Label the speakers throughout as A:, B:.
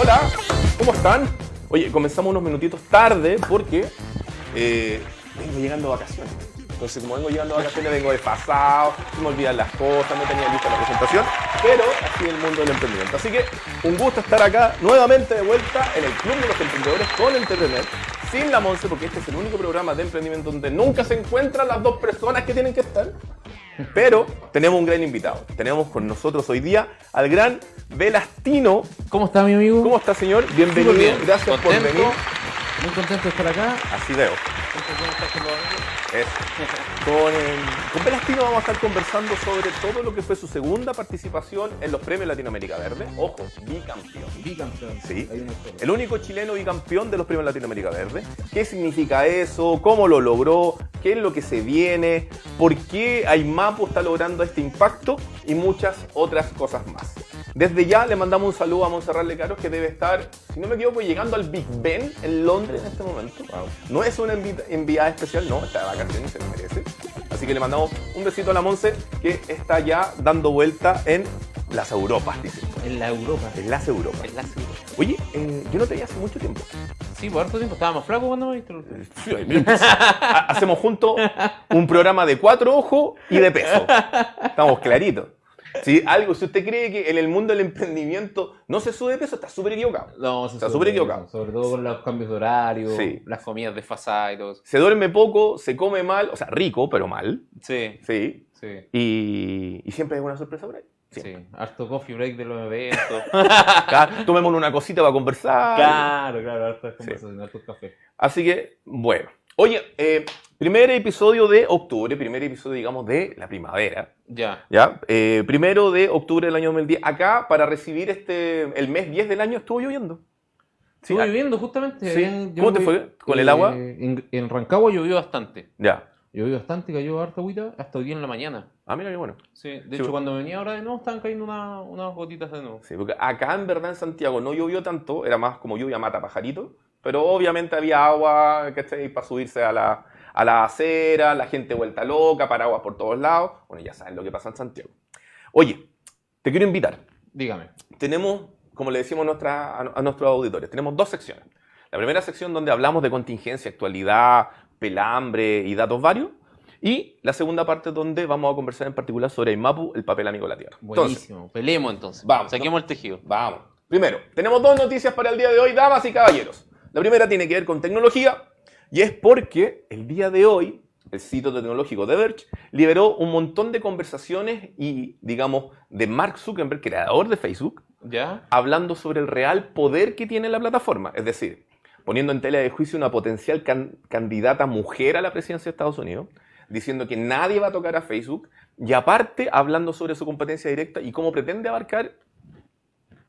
A: Hola, ¿cómo están? Oye, comenzamos unos minutitos tarde porque eh, vengo llegando de vacaciones. Entonces, como vengo llegando de vacaciones, vengo desfasado, se me olvidan las cosas, no tenía lista la presentación, pero así es el mundo del emprendimiento. Así que un gusto estar acá nuevamente de vuelta en el Club de los Emprendedores con Entretener, sin la Monse, porque este es el único programa de emprendimiento donde nunca se encuentran las dos personas que tienen que estar. Pero tenemos un gran invitado. Tenemos con nosotros hoy día al gran Velastino.
B: ¿Cómo está mi amigo?
A: ¿Cómo está, señor? Bienvenido.
B: Súper bien.
A: Gracias por
B: Contento.
A: venir.
B: Muy contento de estar acá.
A: Así veo. Es. Con, eh, con Velastino vamos a estar conversando sobre todo lo que fue su segunda participación en los premios Latinoamérica Verde. Ojo, bicampeón.
B: Bicampeón.
A: Sí.
B: Hay una historia.
A: El único chileno bicampeón de los premios Latinoamérica Verde. ¿Qué significa eso? ¿Cómo lo logró? ¿Qué es lo que se viene? ¿Por qué Aimapu está logrando este impacto? Y muchas otras cosas más. Desde ya le mandamos un saludo a Monserrat Lecaros que debe estar, si no me equivoco, llegando al Big Ben en Londres en este momento. No es una envi- enviada especial, no, está de vacaciones, se lo merece. Así que le mandamos un besito a la Monse que está ya dando vuelta en las Europas, dice.
B: En la Europa.
A: En las Europas.
B: En la Europa.
A: Oye, eh, yo no te vi hace mucho tiempo.
B: Sí, por harto tiempo. Estaba más flaco cuando me viste. la última vez.
A: Ha- Hacemos juntos un programa de cuatro ojos y de peso. Estamos claritos. Si algo, si usted cree que en el mundo del emprendimiento no se sube de peso, está súper equivocado.
B: No, se
A: Está
B: sube,
A: súper equivocado.
B: Sobre todo con los cambios de horario,
A: Sí.
B: las comidas desfasadas y todo eso.
A: Se duerme poco, se come mal, o sea, rico, pero mal.
B: Sí,
A: Sí.
B: sí,
A: Y, y siempre hay una sorpresa por ahí.
B: sí.
A: Siempre.
B: Harto coffee break de los eventos.
A: Acá tomémonos una cosita para conversar.
B: claro, claro, harto conversación, harto café.
A: Así que, bueno. Oye, eh, primer episodio de octubre, primer episodio, digamos, de la primavera.
B: Ya.
A: ¿Ya? Eh, primero de octubre del año 2010. Acá, para recibir este, el mes 10 del año, estuvo lloviendo. Sí,
B: Estuve
A: ah,
B: lloviendo justamente.
A: sí.
B: Habían- yo
A: ¿Cómo te
B: me-
A: fue? ¿Con el agua?
B: En, en Rancagua llovió bastante.
A: Ya.
B: Llovió bastante, cayó harta agüita hasta hoy día en la mañana.
A: Ah, mira qué bueno.
B: Sí, de hecho,
A: bueno.
B: cuando venía ahora de nuevo estaban cayendo una- unas gotitas de nuevo.
A: Sí, porque acá en verdad en Santiago no llovió tanto, era más como lluvia mata pajarito, pero obviamente había agua, ¿cachai? Para subirse a la, a la acera, la gente vuelta loca, paraguas por todos lados. Bueno, ya saben lo que pasa en Santiago. Oye, te quiero invitar.
B: Dígame.
A: tenemos, como le decimos a, nuestra- a- a nuestros auditores, tenemos dos secciones. La primera sección donde hablamos de contingencia, actualidad, pelambre y datos varios. Y la segunda parte donde vamos a conversar en particular sobre el MAPU, el papel amigo de la Tierra. Entonces,
B: Buenísimo. Peleemos entonces.
A: Vamos.
B: Saquemos el tejido.
A: vamos. Primero, tenemos dos noticias para el día de hoy, damas y caballeros. La primera tiene que ver con tecnología y es porque el día de hoy el sitio tecnológico de Verge liberó un montón de conversaciones y, digamos, de Mark Zuckerberg, creador de Facebook,
B: ¿Ya?
A: hablando sobre el real poder que tiene la plataforma. Es decir, poniendo en tela de juicio una potencial can- candidata mujer a la presidencia de Estados Unidos, diciendo que nadie va a tocar a Facebook, y aparte hablando sobre su competencia directa y cómo pretende abarcar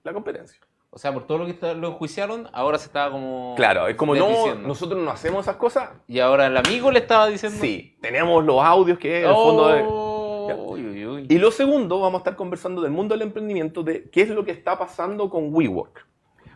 A: la competencia.
B: O sea, por todo lo que está- lo enjuiciaron, ahora se estaba como.
A: Claro, es como no,
B: desdiciendo.
A: nosotros no hacemos esas cosas.
B: Y ahora el amigo le estaba diciendo.
A: Sí, tenemos los audios que es el
B: Oh,
A: fondo de...
B: uy, uy, uy.
A: Y lo segundo, vamos a estar conversando del mundo del emprendimiento, de qué es lo que está pasando con WeWork.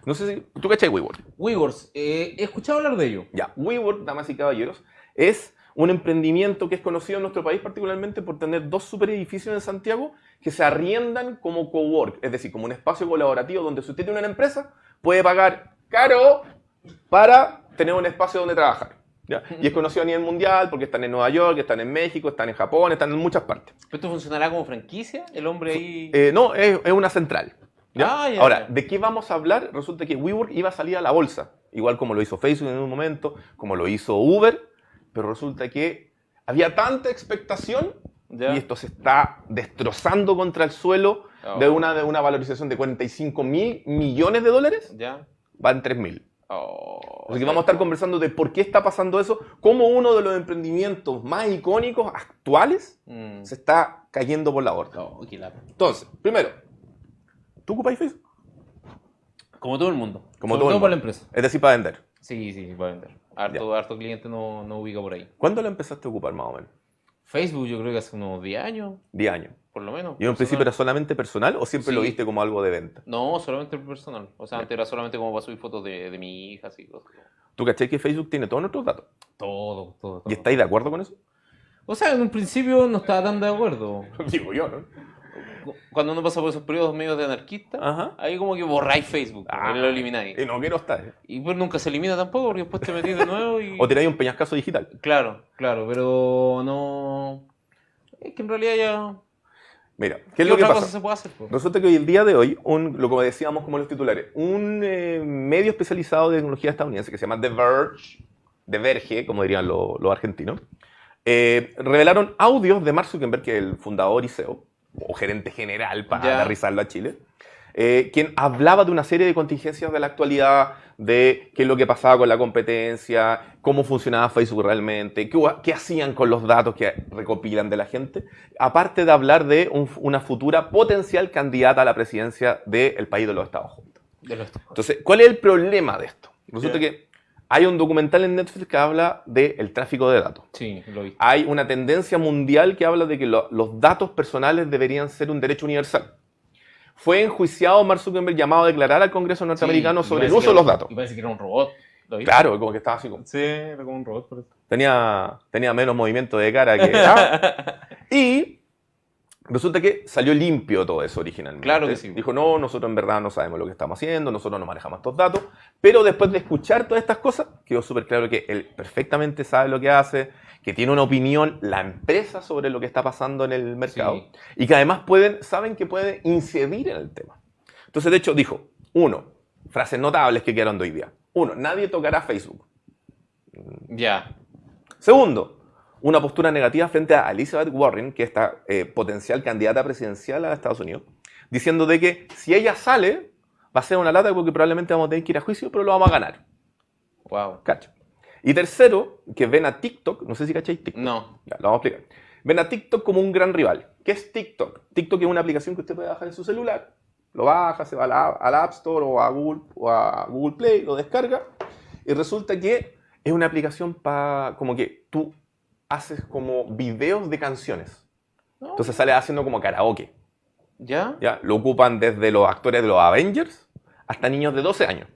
A: No sé si... ¿Tú cachai WeWork?
B: Uyghurs, eh, he escuchado hablar de ello.
A: Ya, WeWork, damas y caballeros, es un emprendimiento que es conocido en nuestro país particularmente por tener dos super edificios en Santiago que se arriendan como cowork, es decir, como un espacio colaborativo donde si usted tiene una empresa puede pagar caro para tener un espacio donde trabajar. ¿ya? Y es conocido a nivel mundial porque están en Nueva York, están en México, están en Japón, están en muchas partes.
B: ¿Esto funcionará como franquicia? El hombre ahí.
A: Eh, no, es, es una central. ¿ya?
B: Ah, ya,
A: Ahora,
B: ya.
A: ¿de qué vamos a hablar? Resulta que WeWork iba a salir a la bolsa, igual como lo hizo Facebook en un momento, como lo hizo Uber, pero resulta que había tanta expectación
B: ¿Ya?
A: y esto se está destrozando contra el suelo
B: Oh.
A: de, una, de una valorización de 45 mil millones de dólares,
B: ¿Ya?
A: van 3 mil.
B: Oh,
A: Así que vamos a estar conversando de por qué está pasando eso, cómo uno de los emprendimientos más icónicos actuales
B: Mm.
A: se está cayendo por la borda.
B: Oh, qué la-
A: Entonces, primero, ¿tú ocupas Facebook?
B: Como todo el mundo.
A: Como
B: Sobre
A: todo el
B: para la
A: mundo.
B: empresa.
A: Es decir, para vender.
B: Sí, sí, sí, para vender. Harto, harto cliente no, no ubica por ahí.
A: ¿Cuándo lo empezaste a ocupar más o menos?
B: Facebook, yo creo que hace unos 10 años,
A: 10 años.
B: por lo menos.
A: ¿Y en un principio era solamente personal o siempre lo
B: Sí.
A: viste como algo de venta?
B: No, solamente el personal. O sea, antes era solamente como para subir fotos de, de mi hija, así cosas.
A: ¿Tú caché que Facebook tiene todos nuestros datos?
B: Todo, todo, todo.
A: ¿Y estáis de acuerdo con eso?
B: O sea, en un principio no estaba tan de acuerdo.
A: Digo yo, ¿no?
B: cu- cuando uno pasa por esos periodos medios de anarquista,
A: Ajá.
B: ahí como que borráis Facebook,
A: Ah.
B: lo elimináis.
A: Y no quiero estar.
B: Y pues nunca se elimina tampoco porque después te metís de nuevo y...
A: O tiráis un peñascazo digital.
B: Claro, claro, pero no... Es que en realidad ya...
A: Mira, ¿qué es lo que
B: otra
A: pasa?
B: cosa se puede hacer? pues? po?
A: Resulta que hoy el día de hoy, un, lo como decíamos como los titulares, un eh, medio especializado de tecnología estadounidense que se llama The Verge, The Verge, como dirían lo- los argentinos, eh, revelaron audios de Mark Zuckerberg, que es el fundador y CEO, o gerente general para
B: Ya.
A: aterrizarlo a Chile, eh, quien hablaba de una serie de contingencias de la actualidad, de qué es lo que pasaba con la competencia, cómo funcionaba Facebook realmente, qué, hua- qué hacían con los datos que recopilan de la gente, aparte de hablar de un- una futura potencial candidata a la presidencia del país de los Estados Unidos.
B: De los-
A: Entonces, ¿cuál es el problema de esto? Resulta que hay un documental en Netflix que habla del tráfico de datos.
B: Sí, lo vi.
A: Hay una tendencia mundial que habla de que lo- los datos personales deberían ser un derecho universal. Fue enjuiciado Mark Zuckerberg llamado a declarar al Congreso norteamericano sobre el uso de los datos.
B: Y parece que era un robot. ¿Lo viste?
A: Claro, como que estaba así como...
B: Sí, era como un robot. Pero...
A: Tenía, tenía menos movimiento de cara que... ah. Y resulta que salió limpio todo eso originalmente.
B: Claro que sí.
A: Dijo, no, nosotros en verdad no sabemos lo que estamos haciendo, nosotros no manejamos estos datos. Pero después de escuchar todas estas cosas, quedó súper claro que él perfectamente sabe lo que hace, que tiene una opinión la empresa sobre lo que está pasando en el mercado
B: Sí.
A: y que además pueden, saben que pueden incidir en el tema. Entonces, de hecho, dijo, uno, frases notables que quedaron de hoy día. Uno, nadie tocará Facebook.
B: Ya.
A: Segundo, una postura negativa frente a Elizabeth Warren, que es esta eh, potencial candidata presidencial a Estados Unidos, diciendo de que si ella sale, va a ser una lata porque probablemente vamos a tener que ir a juicio, pero lo vamos a ganar.
B: Wow.
A: Cacho. Y tercero, que ven a TikTok, no sé si cacháis TikTok,
B: No.
A: ya, lo vamos a explicar. Ven a TikTok como un gran rival. ¿Qué es TikTok? TikTok es una aplicación que usted puede bajar en su celular, lo baja, se va a la, a la App Store o a, Google, o a Google Play, lo descarga, y resulta que es una aplicación para, como que tú haces como videos de canciones.
B: No.
A: Entonces sale haciendo como karaoke.
B: ¿Ya?
A: ¿ya? Lo ocupan desde los actores de los Avengers hasta niños de 12 años.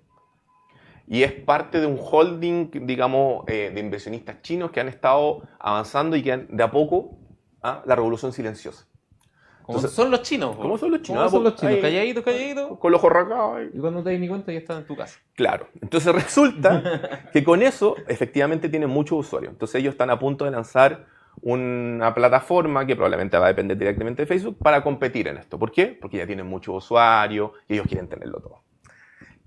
A: Y es parte de un holding, digamos, eh, de inversionistas chinos que han estado avanzando y que han, de a poco, ¿ah? la revolución silenciosa.
B: Como
A: Entonces-
B: son los chinos. po.
A: ¿Cómo son los chinos? Ah, pues,
B: ¿Cómo son los
A: Ahí-
B: chinos? Calladito, calladito.
A: Con los ojos rasgados, ahí.
B: Y cuando no te das ni cuenta ya están en tu casa.
A: Claro. Entonces resulta que con eso, efectivamente, tienen muchos usuarios. Entonces ellos están a punto de lanzar una plataforma que probablemente va a depender directamente de Facebook para competir en esto. ¿Por qué? Porque ya tienen muchos usuarios y ellos quieren tenerlo todo.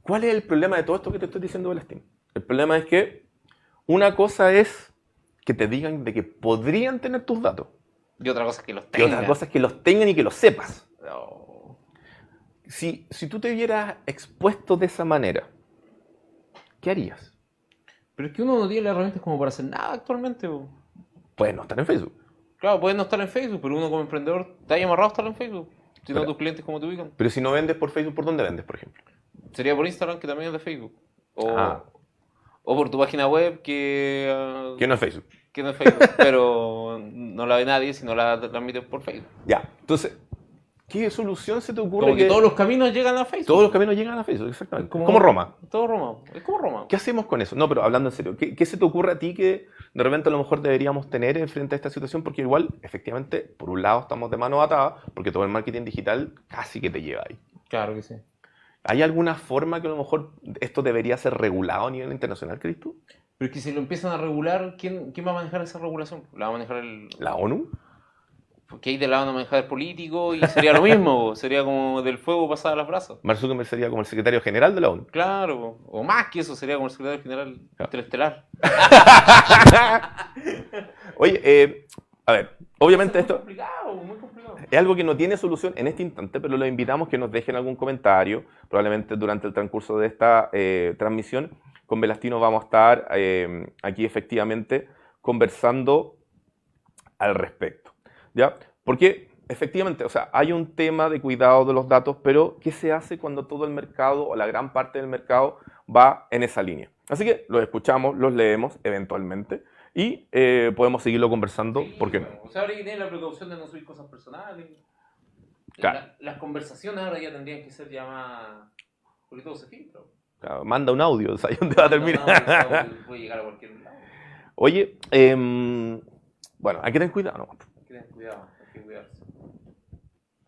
A: ¿Cuál es el problema de todo esto que te estoy diciendo, Valentín? El problema es que una cosa es que te digan de que podrían tener tus datos.
B: Y otra cosa es que los Oh.
A: Y
B: tengan.
A: otra cosa es que los tengan y que los sepas.
B: No.
A: Si, si tú te vieras expuesto de esa manera, ¿qué harías?
B: Pero es que uno no tiene las herramientas como para hacer nada actualmente. po.
A: Puedes no estar en Facebook.
B: Claro, puedes no estar en Facebook, pero uno como emprendedor está ahí amarrado a estar en Facebook. Si no,
A: Claro.
B: tus clientes cómo te ubican.
A: Pero si no vendes por Facebook, ¿por dónde vendes, por ejemplo?
B: Sería por Instagram, que también es de Facebook. O,
A: Ah.
B: o por tu página web, que, ah,
A: Que no es Facebook.
B: que no es Facebook, pero no la ve nadie si no la transmites por Facebook.
A: Ya. Entonces, ¿qué solución se te ocurre?
B: Como que todos los caminos llegan a Facebook.
A: todos los caminos llegan a Facebook, exactamente. Como Roma.
B: Todo Roma. Es como Roma.
A: ¿Qué hacemos con eso? No, pero hablando en serio, ¿qué, qué se te ocurre a ti que de repente a lo mejor deberíamos tener en frente a esta situación? Porque igual, efectivamente, por un lado estamos de mano atada, porque todo el marketing digital casi que te lleva ahí.
B: Claro que sí.
A: ¿Hay alguna forma que a lo mejor esto debería ser regulado a nivel internacional, crees tú?
B: Pero es que si lo empiezan a regular, ¿quién, quién va a manejar esa regulación? La va a manejar el.
A: ¿La ONU?
B: Porque ahí te la van a manejar el político y sería lo mismo, po. sería como del fuego pasada a las brasas.
A: Mark Zuckerberg sería como el secretario general de la ONU.
B: Claro, po. o más que eso, sería como el secretario general interestelar.
A: Oye, eh, a ver, obviamente esto...
B: Muy complicado, muy complicado.
A: Es algo que no tiene solución en este instante, pero los invitamos que nos dejen algún comentario. Probablemente durante el transcurso de esta eh, transmisión con Velastino vamos a estar eh, aquí efectivamente conversando al respecto. ¿Ya? Porque efectivamente, o sea, hay un tema de cuidado de los datos, pero ¿qué se hace cuando todo el mercado o la gran parte del mercado va en esa línea? Así que los escuchamos, los leemos eventualmente y eh, podemos seguirlo conversando, ¿por qué no?
B: O sea, ahora hay que tener la precaución de no subir cosas personales.
A: Claro.
B: La- las conversaciones ahora ya tendrían que ser ya más. Porque todo se filtra. po.
A: Claro, Manda un audio, ¿sabes dónde va a terminar?
B: No, no, no, puede llegar a cualquier lado.
A: Oye, em, bueno, hay que tener cuidado, ¿no?
B: Hay que tener cuidado, hay que cuidarse.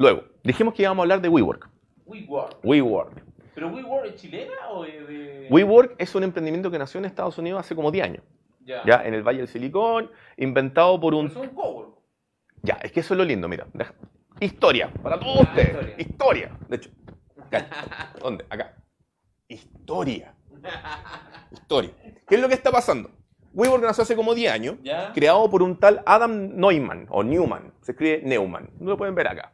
A: Luego, dijimos que íbamos a hablar de WeWork.
B: WeWork.
A: WeWork.
B: ¿Pero WeWork es chilena o es de...?
A: WeWork es un emprendimiento que nació en Estados Unidos hace como 10 años,
B: ya.
A: ya, en el Valle del Silicón, inventado por
B: Pero
A: un...
B: son cowork.
A: Ya, es que eso es lo lindo, mira. deja- Historia, para todos
B: Ah,
A: ustedes.
B: historia.
A: Historia. De hecho, acá. ¿dónde? Acá. Historia. Historia. ¿Qué es lo que está pasando? WeWork nació hace como 10 años,
B: ¿Ya?
A: creado por un tal Adam Neumann, o Newman, se escribe Neumann, no lo pueden ver acá.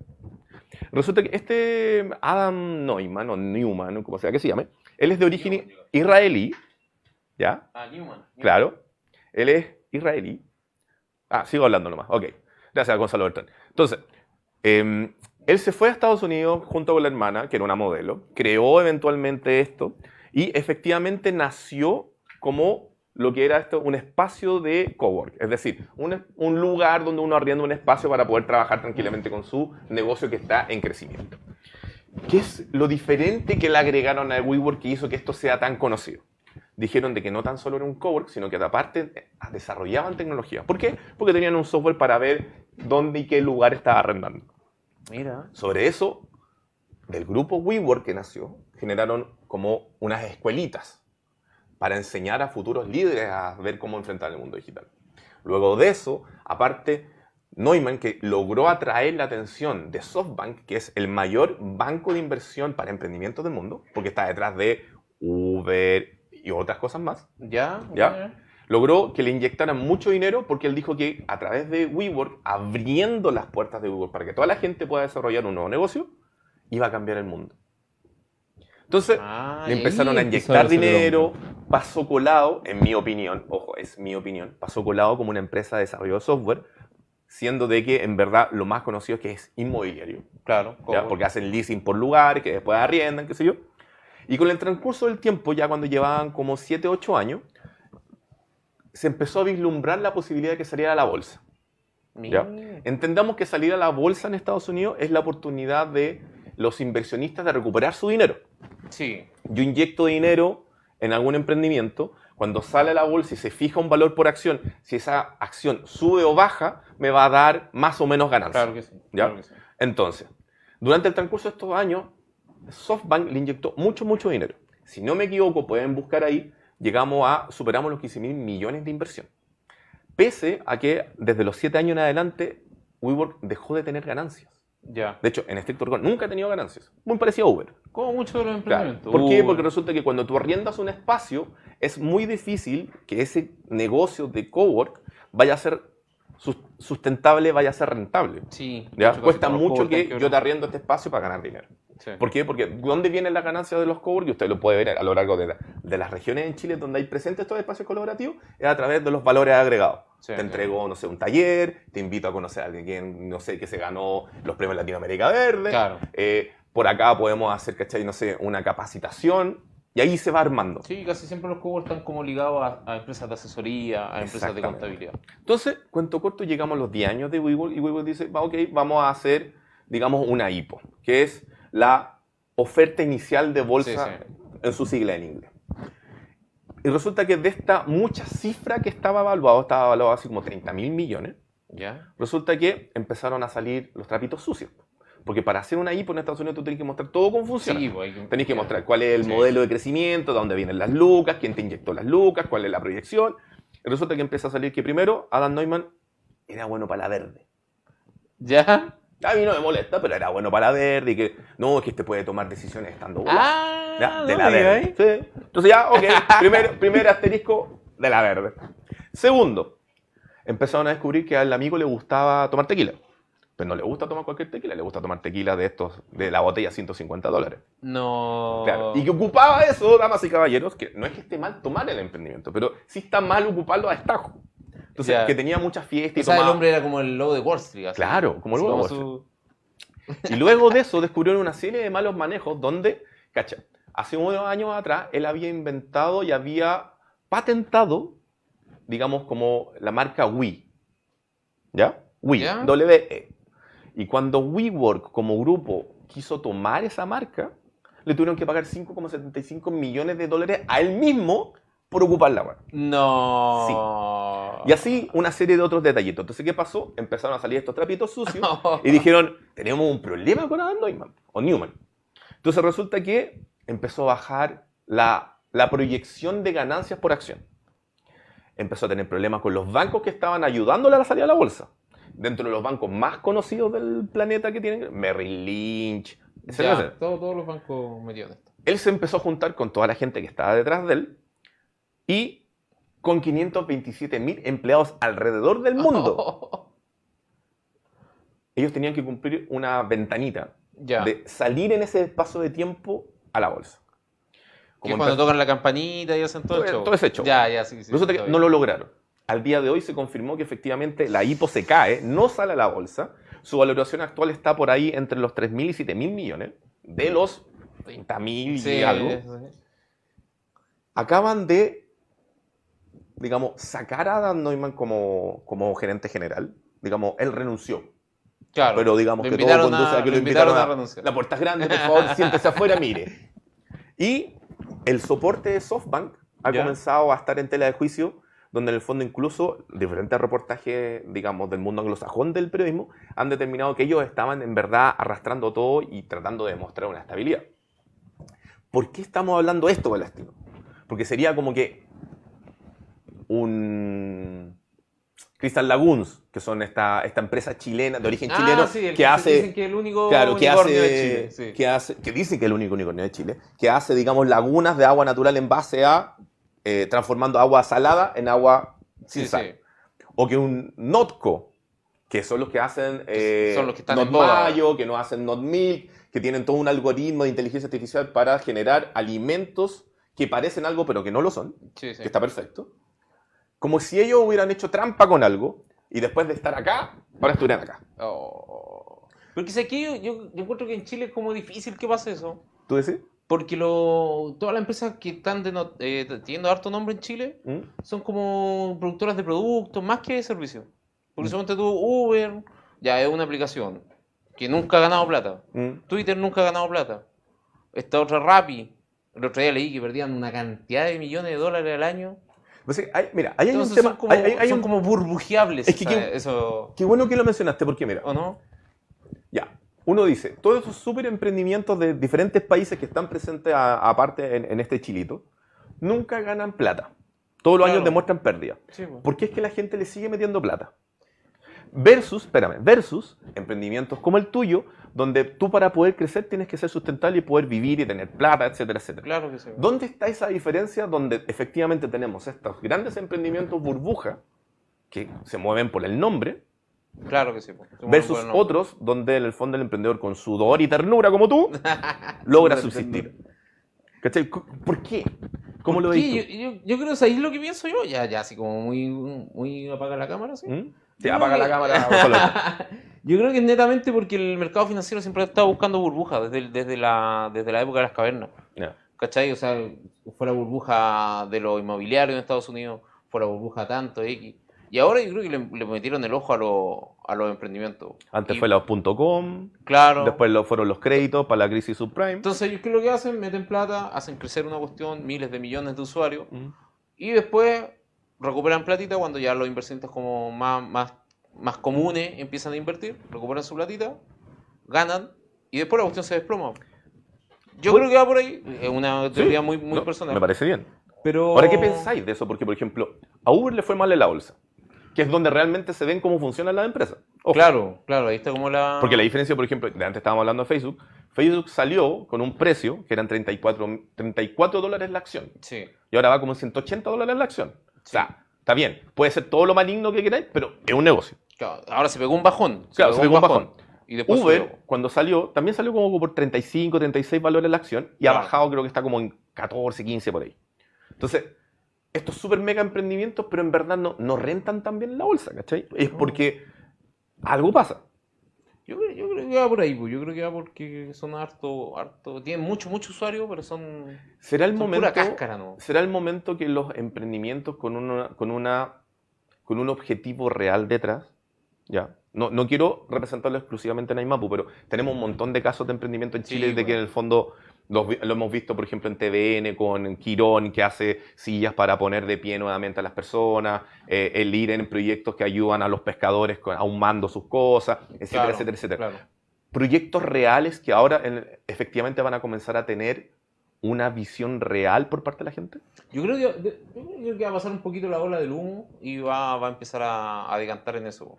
A: Resulta que este Adam Neumann, o Newman, o como sea que se llame, él es de origen
B: Newman,
A: israelí, ¿ya?
B: Ah, Newman.
A: Claro, él es israelí. Ah, sigo hablando nomás, ok. Gracias, Gonzalo Bertrán. Entonces, eh, él se fue a Estados Unidos junto con la hermana, que era una modelo, creó eventualmente esto y efectivamente nació como lo que era esto, un espacio de cowork, es decir, un, un lugar donde uno arrienda un espacio para poder trabajar tranquilamente con su negocio que está en crecimiento. ¿Qué es lo diferente que le agregaron a WeWork que hizo que esto sea tan conocido? dijeron de que no tan solo era un cowork, sino que aparte eh, desarrollaban tecnología. ¿Por qué? Porque tenían un software para ver dónde y qué lugar estaba arrendando.
B: Mira.
A: Sobre eso, del grupo WeWork que nació, generaron como unas escuelitas para enseñar a futuros líderes a ver cómo enfrentar el mundo digital. Luego de eso, aparte, Neumann, que logró atraer la atención de SoftBank, que es el mayor banco de inversión para emprendimientos del mundo, porque está detrás de Uber y otras cosas más,
B: ¿Ya?
A: Ya. logró que le inyectaran mucho dinero porque él dijo que a través de WeWork, abriendo las puertas de WeWork para que toda la gente pueda desarrollar un nuevo negocio, iba a cambiar el mundo. Entonces,
B: Ah,
A: le
B: y ahí
A: empezaron a
C: empezó
A: inyectar
C: a hacer el
A: dinero, pasó colado, en mi opinión, ojo, es mi opinión, pasó colado como una empresa de desarrollo de software, siendo de que en verdad lo más conocido es que es inmobiliario,
B: Claro,
A: ¿ya?
B: cowork.
A: porque hacen leasing por lugares, que después arriendan, qué sé yo. Y con el transcurso del tiempo, ya cuando llevaban como 7, 8 años, se empezó a vislumbrar la posibilidad de que saliera a la bolsa.
B: Mira.
A: Entendamos que salir a la bolsa en Estados Unidos es la oportunidad de los inversionistas de recuperar su dinero
B: Sí.
A: yo inyecto dinero en algún emprendimiento, cuando sale a la bolsa y se fija un valor por acción, si esa acción sube o baja, me va a dar más o menos ganancia.
B: Claro que sí.
A: ¿Ya?
B: claro que sí.
A: Entonces, durante el transcurso de estos años, SoftBank le inyectó mucho, mucho dinero. Si no me equivoco, pueden buscar ahí, llegamos a, superamos los 15 mil millones de inversión. Pese a que desde los 7 años en adelante, WeWork dejó de tener ganancias.
B: Ya.
A: De hecho, en estricto rigor, nunca ha tenido ganancias. Muy parecido a Uber.
B: Como mucho de los
A: Claro.
B: emprendimientos.
A: ¿Por qué?
B: Uh,
A: Porque resulta que cuando tú arriendas un espacio, es muy difícil que ese negocio de cowork vaya a ser sus- sustentable, vaya a ser rentable.
B: Sí.
A: ¿ya?
B: mucho
A: Cuesta
B: casi todos los
A: mucho
B: cowork
A: que
B: están
A: yo te
B: quebrados.
A: arriendo este espacio para ganar dinero.
B: Sí.
A: ¿Por qué? Porque ¿dónde viene la ganancia de los cowork? Y usted lo puede ver a lo largo de, la- de las regiones en Chile donde hay presentes estos espacios colaborativos, es a través de los valores agregados.
B: Sí,
A: te
B: sí.
A: entrego, no sé, un taller, te invito a conocer a alguien, no sé, que se ganó los premios Latinoamérica Verde.
B: Claro.
A: Eh, por acá podemos hacer, ¿cachai? No sé, una capacitación. Y ahí se va armando.
B: Sí, casi siempre los cowork están como ligados a, a empresas de asesoría, a empresas de
A: Exactamente.
B: contabilidad.
A: Entonces, cuento corto, llegamos a los 10 años de WeWork y WeWork dice, "Va, ok, vamos a hacer, digamos, una IPO, que es la oferta inicial de bolsa
B: Sí,
A: en su sigla en inglés. Y resulta que de esta mucha cifra que estaba evaluado, estaba evaluado así como 30 mil millones,
B: ¿Ya?
A: resulta que empezaron a salir los trapitos sucios. Porque para hacer una IPO en Estados Unidos tú tienes que mostrar todo cómo funciona.
B: Sí, pues, hay que-
A: Tenéis que mostrar cuál es el
B: Sí.
A: modelo de crecimiento, de dónde vienen las lucas, quién te inyectó las lucas, cuál es la proyección. Resulta que empieza a salir que primero Adam Neumann era bueno para la verde.
B: ¿Ya?
A: A mí no me molesta, pero era bueno para la verde y que no, es que este puede tomar decisiones estando bueno.
B: Ah,
A: Ya, de
B: no
A: la
B: me
A: verde.
B: digáis.
A: Sí. Entonces ya, ok, primer, primer asterisco de la verde. Segundo, empezaron a descubrir que al amigo le gustaba tomar tequila. Pero no le gusta tomar cualquier tequila, le gusta tomar tequila de estos, de la botella 150 dólares.
B: No.
A: Claro, Y que
B: Oh.
A: ocupaba eso, damas y caballeros, que no es que esté mal tomar el emprendimiento, pero sí está mal ocuparlo a estajo. Entonces,
B: Ya.
A: que tenía muchas fiestas y
B: O sea, el
A: tomaba-
B: hombre era como el lobo de Wall Street. así.
A: Claro, como el
B: Así
A: lobo de Wall
B: su-
A: Y luego de eso descubrieron una serie de malos manejos donde, cacha, hace unos años atrás él había inventado y había patentado, digamos, como la marca Wii. ¿Ya? Wii,
B: ¿Ya?
A: W-E. Y cuando WeWork como grupo quiso tomar esa marca, le tuvieron que pagar 5,75 millones de dólares a él mismo por ocupar la weá.
B: No.
A: Y así una serie de otros detallitos. Entonces, ¿qué pasó? Empezaron a salir estos trapitos sucios y dijeron, tenemos un problema con Adam Neumann, o Newman. Entonces resulta que empezó a bajar la, la proyección de ganancias por acción. Empezó a tener problemas con los bancos que estaban ayudándole a la salida de la bolsa. Dentro de los bancos más conocidos del planeta que tienen, Merrill Lynch, etcétera,
B: Ya,
A: etcétera.
B: todo- todos los bancos metidos en esto.
A: Él se empezó a juntar con toda la gente que estaba detrás de él y con 527 mil empleados alrededor del mundo. Ellos tenían que cumplir una ventanita
B: ya.
A: de salir en ese espacio de tiempo a la bolsa.
B: que
A: Como
B: cuando
A: empe-
B: tocan la campanita y hacen todo,
A: Todo-
B: el show.
A: todo ese show.
B: Ya, ya, sí, sí.
A: Resulta
B: sí,
A: que
B: está
A: no
B: bien.
A: lo lograron. Al día de hoy se confirmó que efectivamente la hipo se cae, no sale a la bolsa. Su valoración actual está por ahí entre los 3.000 y 7.000 millones, de los 30.000 y
B: Mm. Sí,
A: algo.
B: sí, sí.
A: acaban de, digamos, sacar a Dan Neumann como, como gerente general. Digamos, él renunció.
B: Claro.
A: Pero digamos
B: Lo
A: que todo
B: invitaron
A: conduce a, que lo invitaron, a,
B: renunciar.
A: La puerta es grande, por favor, siéntese afuera, mire. Y el soporte de SoftBank ha
B: Ya.
A: comenzado a estar en tela de juicio, donde en el fondo incluso diferentes reportajes, digamos, del mundo anglosajón del periodismo han determinado que ellos estaban en verdad arrastrando todo y tratando de demostrar una estabilidad. ¿Por qué estamos hablando de esto, Palestino? Porque sería como que un Crystal Lagoons, que son esta, esta empresa chilena, de origen
B: Ah,
A: chileno,
B: sí, el
A: que hace
B: Dicen que el único
A: Claro, que hace,
B: unicornio de Chile. sí.
A: que hace, que dicen que es el único unicornio de Chile, que hace, digamos, lagunas de agua natural en base a eh, transformando agua salada en agua sin
B: Sí,
A: sal.
B: sí.
A: O que un notco, que son los que hacen eh,
B: son los que están
A: not
B: en boga.
A: mayo, que no hacen not milk, que tienen todo un algoritmo de inteligencia artificial para generar alimentos que parecen algo pero que no lo son
B: Sí, sí.
A: que está perfecto, como si ellos hubieran hecho trampa con algo y después de estar acá, ahora estuvieran acá.
B: Oh. Pero que sé que yo, yo, yo encuentro que en Chile es como difícil que pase eso.
A: ¿Tú decís?
B: Porque lo, todas las empresas que están de no- eh, teniendo harto nombre en Chile
A: ¿Mm?
B: son como productoras de productos más que de servicios.
A: Mm.
B: Porque suponte tú, Uber ya es una aplicación que nunca ha ganado plata.
A: ¿Mm?
B: Twitter nunca ha ganado plata. Esta otra Rappi, el otro día leí que perdían una cantidad de millones de dólares al año.
A: Pues sí, hay- mira, ahí hay
B: Entonces
A: un tema.
B: son, como,
A: hay- hay- hay
B: son
A: un-
B: como burbujeables.
A: Es que
B: o sea,
A: que-
B: eso,
A: Qué bueno que lo mencionaste, porque mira,
B: ¿o no?
A: ya. Uno dice, todos esos super emprendimientos de diferentes países que están presentes a- aparte en, en este chilito, nunca ganan plata. Todos los
B: Claro.
A: años demuestran pérdida.
B: Sí, pues.
A: Porque es que la gente le sigue metiendo plata. Versus, espérame, versus emprendimientos como el tuyo, donde tú para poder crecer tienes que ser sustentable y poder vivir y tener plata, etcétera, etcétera.
B: Claro que sí. pues.
A: ¿Dónde está esa diferencia donde efectivamente tenemos estos grandes emprendimientos burbuja que se mueven por el nombre
B: Claro que sí. pues. Somos
A: versus
B: buenos.
A: otros donde en el fondo el emprendedor con sudor y ternura como tú logra subsistir? ¿Cachai? Co- ¿Por qué? ¿Cómo lo
B: Sí,
A: ves
B: Yo, yo, yo creo que ahí lo que pienso yo. Ya, ya, así como muy, muy apaga la cámara, sí.
A: tú? ¿Mm? Se
B: Yo
A: apaga
B: creo
A: la
B: que-
A: cámara. Gonzalo.
B: Yo creo que es netamente porque el mercado financiero siempre ha estado buscando burbujas desde, el- desde, la, desde la época de las cavernas.
A: Ya.
B: ¿Cachai? O sea, fue la burbuja de lo inmobiliario en Estados Unidos, fue la burbuja tanto, X. Y ahora yo creo que le, le metieron el ojo a, lo- a los emprendimientos.
A: Antes
B: Y-
A: fue la .com,
B: Claro.
A: después lo fueron los créditos para la crisis subprime.
B: Entonces ellos qué es lo que hacen, meten plata, hacen crecer una cuestión, miles de millones de usuarios,
A: Mm.
B: y después recuperan platita cuando ya los inversionistas como más, más, más comunes empiezan a invertir, recuperan su platita, ganan, y después la cuestión se desploma. Yo creo que va por ahí, es una teoría
A: Sí,
B: muy, muy
A: no,
B: personal.
A: Me parece bien.
B: Pero...
A: Ahora, ¿qué pensáis de eso? Porque, por ejemplo, a Uber le fue mal en la bolsa, que es donde realmente se ven cómo funcionan las empresas. Ojo,
B: Claro, claro, ahí está como la...
A: Porque la diferencia, por ejemplo, de antes estábamos hablando de Facebook, Facebook salió con un precio que eran 34, 34 dólares la acción,
B: Sí,
A: y ahora va como en 180 dólares la acción. O sea, está bien, puede ser todo lo maligno que queráis, pero es un negocio.
B: claro, ahora se pegó un bajón.
A: Claro, se pegó un
B: Y después
A: Uber,
B: subió.
A: cuando salió, también salió como por 35, 36 valores la acción y ha
B: Claro.
A: bajado, creo que está como en 14, 15 por ahí. Entonces, estos super mega emprendimientos, pero en verdad no, no rentan tan bien en la bolsa, ¿cachai? Es
B: No.
A: porque algo pasa.
B: Yo, creo- yo creo que va por ahí, pues. yo creo que va porque son harto, harto, tienen mucho, mucho usuario, pero son,
A: Será el
B: son
A: momento.
B: pura cáscara, ¿no?
A: Será el momento que los emprendimientos con una, con una con un objetivo real detrás, ya. No, no quiero representarlo exclusivamente en Aimapu, pero tenemos un montón de casos de emprendimiento en
B: Sí,
A: Chile de que
B: bueno.
A: en el fondo Los vi- Lo, hemos visto, por ejemplo, en TVN con Quirón, que hace sillas para poner de pie nuevamente a las personas, eh, el ir en proyectos que ayudan a los pescadores con- ahumando sus cosas, etcétera,
B: Claro,
A: etcétera, etcétera.
B: claro.
A: Proyectos reales que ahora en- efectivamente van a comenzar a tener una visión real por parte de la gente.
B: Yo creo, que, de- yo creo que va a pasar un poquito la ola del humo y va, va a empezar a, a decantar en eso.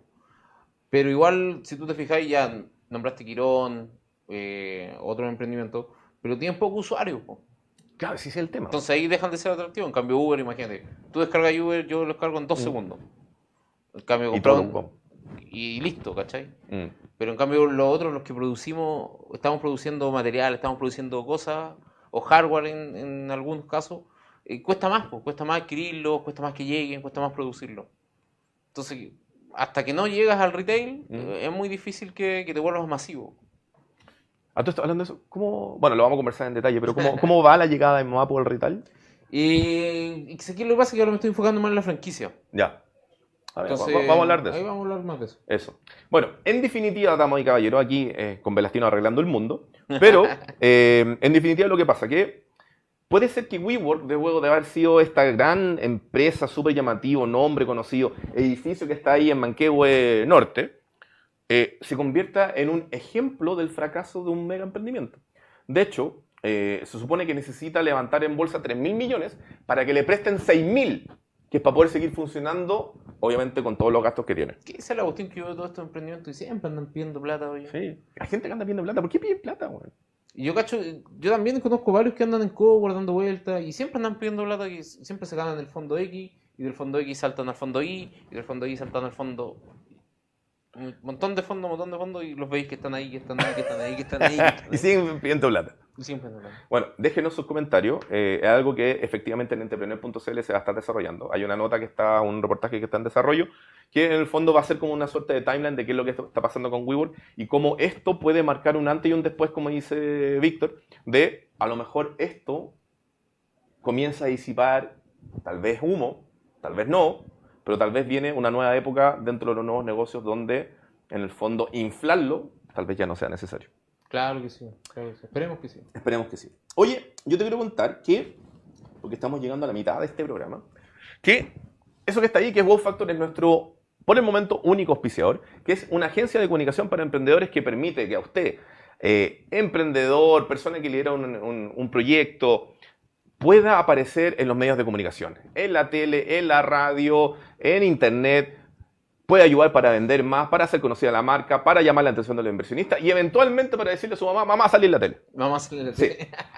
B: Pero igual, si tú te fijáis, ya nombraste Quirón, eh, otro emprendimiento, pero tienen poco usuarios. po.
A: Claro, ese es el tema.
B: Entonces ahí dejan de ser atractivos. En cambio, Uber, imagínate, tú descargas Uber, yo lo descargo en dos segundos. En cambio,
A: Mm. Y
B: comprar
A: todo
B: un-
A: con-
B: y listo, ¿cachai?
A: Mm.
B: Pero en cambio los otros, los que producimos, estamos produciendo material, estamos produciendo cosas o hardware en, en algunos casos, eh, cuesta más, pues, cuesta más adquirirlo, cuesta más que lleguen, cuesta más producirlo. Entonces, hasta que no llegas al retail,
A: Mm.
B: eh, es muy difícil que, que te vuelvas masivo.
A: Ah, tú estás hablando de eso, ¿cómo? Bueno, lo vamos a conversar en detalle, pero ¿cómo, cómo va la llegada de Mapo al retail?
B: Y, y sé que lo que pasa es que ahora me estoy enfocando más en la franquicia.
A: Ya. A ver, va-
B: Entonces,
A: va- vamos a hablar de
B: Ahí
A: eso.
B: vamos a hablar más de eso.
A: Eso. Bueno, en definitiva, damas y caballeros, aquí eh, con Velastino arreglando el mundo, pero eh, en definitiva lo que pasa que puede ser que WeWork, luego de haber sido esta gran empresa, súper llamativo, nombre conocido, edificio que está ahí en Manquehue Norte, eh, se convierta en un ejemplo del fracaso de un mega emprendimiento. De hecho, eh, se supone que necesita levantar en bolsa 3 mil millones para que le presten 6 mil, que es para poder seguir funcionando, obviamente con todos los gastos que tiene.
B: ¿Qué es la cuestión que yo veo de todos estos emprendimientos y siempre andan pidiendo plata, oye?
A: Sí. La gente que anda pidiendo plata. ¿Por qué piden plata, weón?
B: Y yo cacho, yo también conozco varios que andan en cowork dando vueltas y siempre andan pidiendo plata que s- siempre se ganan el fondo X y del fondo X saltan al fondo Y y del fondo Y saltan al fondo un montón de fondos, un montón de fondos y los veis que están ahí, que están ahí, que están ahí, que están ahí. que están
A: Y
B: ahí.
A: siguen pidiendo plata.
B: Y siempre andan.
A: Bueno, déjenos sus comentarios. eh, es algo que efectivamente en entrepreneur.cl se va a estar desarrollando. Hay una nota que está, un reportaje que está en desarrollo, que en el fondo va a ser como una suerte de timeline de qué es lo que esto- está pasando con WeWork y cómo esto puede marcar un antes y un después, como dice Víctor, de a lo mejor esto comienza a disipar tal vez humo, tal vez no, pero tal vez viene una nueva época dentro de los nuevos negocios donde en el fondo inflarlo tal vez ya no sea necesario.
B: Claro que sí, claro que sí. Esperemos que sí.
A: Esperemos que sí. Oye, yo te quiero contar que, porque estamos llegando a la mitad de este programa, que eso que está ahí, que es Wow Factor, es nuestro, por el momento, único auspiciador, que es una agencia de comunicación para emprendedores que permite que a usted, eh, emprendedor, persona que lidera un, un- un proyecto, pueda aparecer en los medios de comunicación, en la tele, en la radio, en internet, puede ayudar para vender más, para hacer conocida la marca, para llamar la atención de los inversionistas y eventualmente para decirle a su mamá, mamá, salí en la tele.
B: Vamos a hacerle
A: Sí.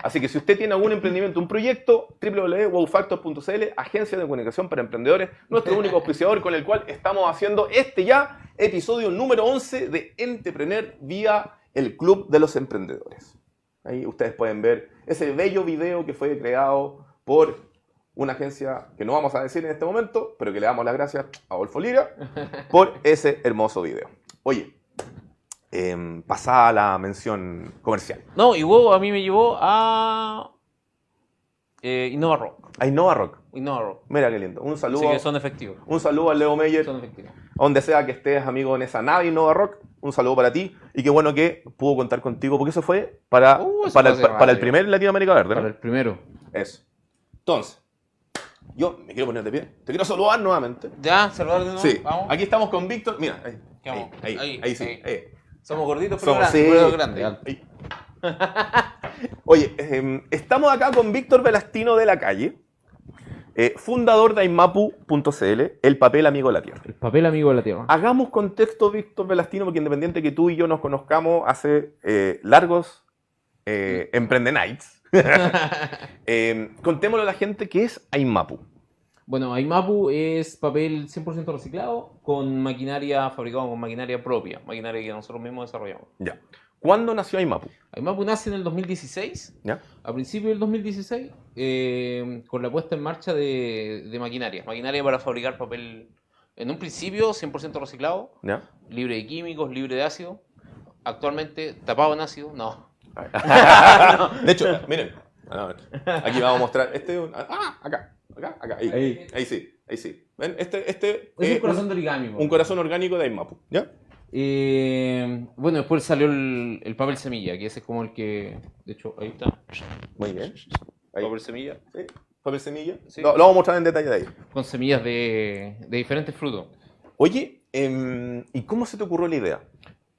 A: Así que si usted tiene algún emprendimiento, un proyecto, www.wowfactor.cl, agencia de comunicación para emprendedores, nuestro único auspiciador con el cual estamos haciendo este ya episodio número 11 de Entrepreneur vía el Club de los Emprendedores. Ahí ustedes pueden ver ese bello video que fue creado por una agencia que no vamos a decir en este momento, pero que le damos las gracias a Adolfo Lira por ese hermoso video. Oye, em, pasada la mención comercial.
B: No, y WoW a mí me llevó a eh, Innova Rock.
A: Ainhoa Rock.
B: Innova Rock.
A: Mira qué lindo. Un
B: Así
A: saludo,
B: que son efectivos.
A: un saludo a Leo Meyer,
B: Son efectivos.
A: donde sea que estés, amigo, en esa nave Nova Rock. Un saludo para ti y qué bueno que pudo contar contigo, porque eso fue para,
B: Uh, eso
A: para,
B: fue
A: el,
B: hace
A: pa- para el
B: rato ya.
A: primer Latinoamérica Verde. ¿no?
B: Para el primero.
A: Eso. Entonces, yo me quiero poner de pie. Te quiero saludar nuevamente.
B: Ya, saludar de nuevo.
A: Sí,
B: Vamos.
A: aquí estamos con Víctor. Mira, ahí,
B: ¿Qué
A: ahí,
B: vamos?
A: ahí,
B: Ahí,
A: ahí sí.
B: ahí.
A: ahí.
B: Somos gorditos, pero
A: Somos-
B: grandes.
A: sí.
B: pero grandes.
A: Ahí. Oye, eh, estamos acá con Víctor Velastino de la calle, eh, fundador de Aimapu.cl, el papel amigo de la tierra.
B: El papel amigo de la tierra.
A: Hagamos contexto, Víctor Velastino, porque independiente que tú y yo nos conozcamos hace eh, largos eh, Emprende Nights, eh, contémosle a la gente qué es Aimapu.
B: Bueno, Aimapu es papel 100% reciclado con maquinaria fabricada con maquinaria propia, maquinaria que nosotros mismos desarrollamos.
A: Ya. ¿Cuándo nació Aimapu?
B: Aimapu nace en el 2016,
A: ¿Ya?
B: a principios del 2016, eh, con la puesta en marcha de, de maquinaria. Maquinaria para fabricar papel, en un principio 100% reciclado,
A: ¿Ya?
B: libre de químicos, libre de ácido. Actualmente tapado en ácido, no. Ah,
A: De hecho, miren, a ver, aquí vamos a mostrar. Este es un- Ah, acá, acá, acá, ahí. Ahí,
B: Ahí.
A: sí, ahí sí. ¿Ven? Este, este es
B: Es Eh, un corazón de origami. po.
A: un corazón orgánico de Aimapu. ¿Ya?
B: Eh, bueno, después salió el, el papel semilla, que ese es como el que. De hecho, ahí está.
A: Muy bien. Ahí.
B: Papel semilla.
A: Sí. Papel semilla.
B: Sí.
A: Lo, lo vamos a mostrar en detalle de ahí.
B: Con semillas de, de diferentes frutos.
A: Oye, em, ¿y cómo se te ocurrió la idea?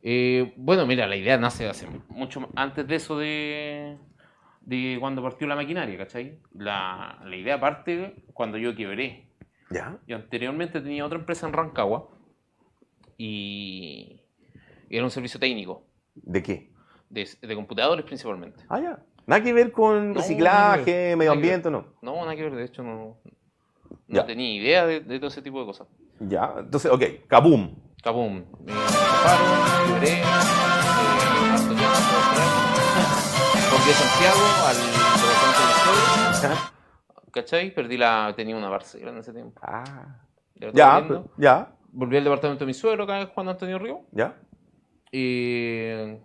B: Eh, bueno, mira, la idea nace hace mucho ma- antes de eso de, de cuando partió la maquinaria, ¿cachai? La, la idea parte cuando yo quebré.
A: ¿Ya?
B: Yo anteriormente tenía otra empresa en Rancagua y, y era un servicio técnico,
A: ¿De qué?
B: de, de computadores principalmente.
A: Ah, ya. Nada que ver con
B: No, nada que
A: reciclaje, medio
B: ver. Nada que ver.
A: ambiente, ¿no?
B: No, nada que ver, de hecho no, no
A: Ya.
B: tenía idea de, de todo ese tipo de cosas.
A: Ya. Entonces, ok, kaboom.
B: Cabum, Eh, me paro, quebré, eh, parto ya para atrás. volví a Santiago al departamento de la escuela, ¿cachai? Perdí la, tenía una parcela en ese tiempo.
A: Ah.
B: ya lo estaba
A: Ya,
B: viendo.
A: pero- ya,
B: Volví al departamento de mi suegro, acá es Juan Antonio Río.
A: ya.
B: Y eh,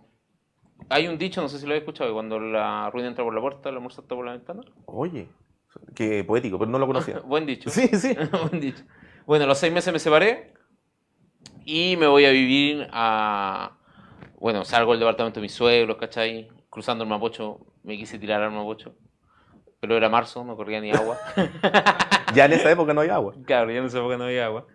B: hay un dicho, no sé si lo habéis escuchado, que cuando la ruina entra por la puerta, la almuerzo está por la ventana.
A: Oye, qué poético, pero no lo conocía.
B: Buen dicho.
A: Sí, sí.
B: Buen dicho. Bueno, a los seis meses me separé y me voy a vivir a... Bueno, salgo del departamento de mis suegros, ¿cachai? Cruzando el Mapocho, me quise tirar al Mapocho. Pero era marzo, no corría ni agua.
A: Ya en esa época no hay agua.
B: claro, ya en esa época no había agua.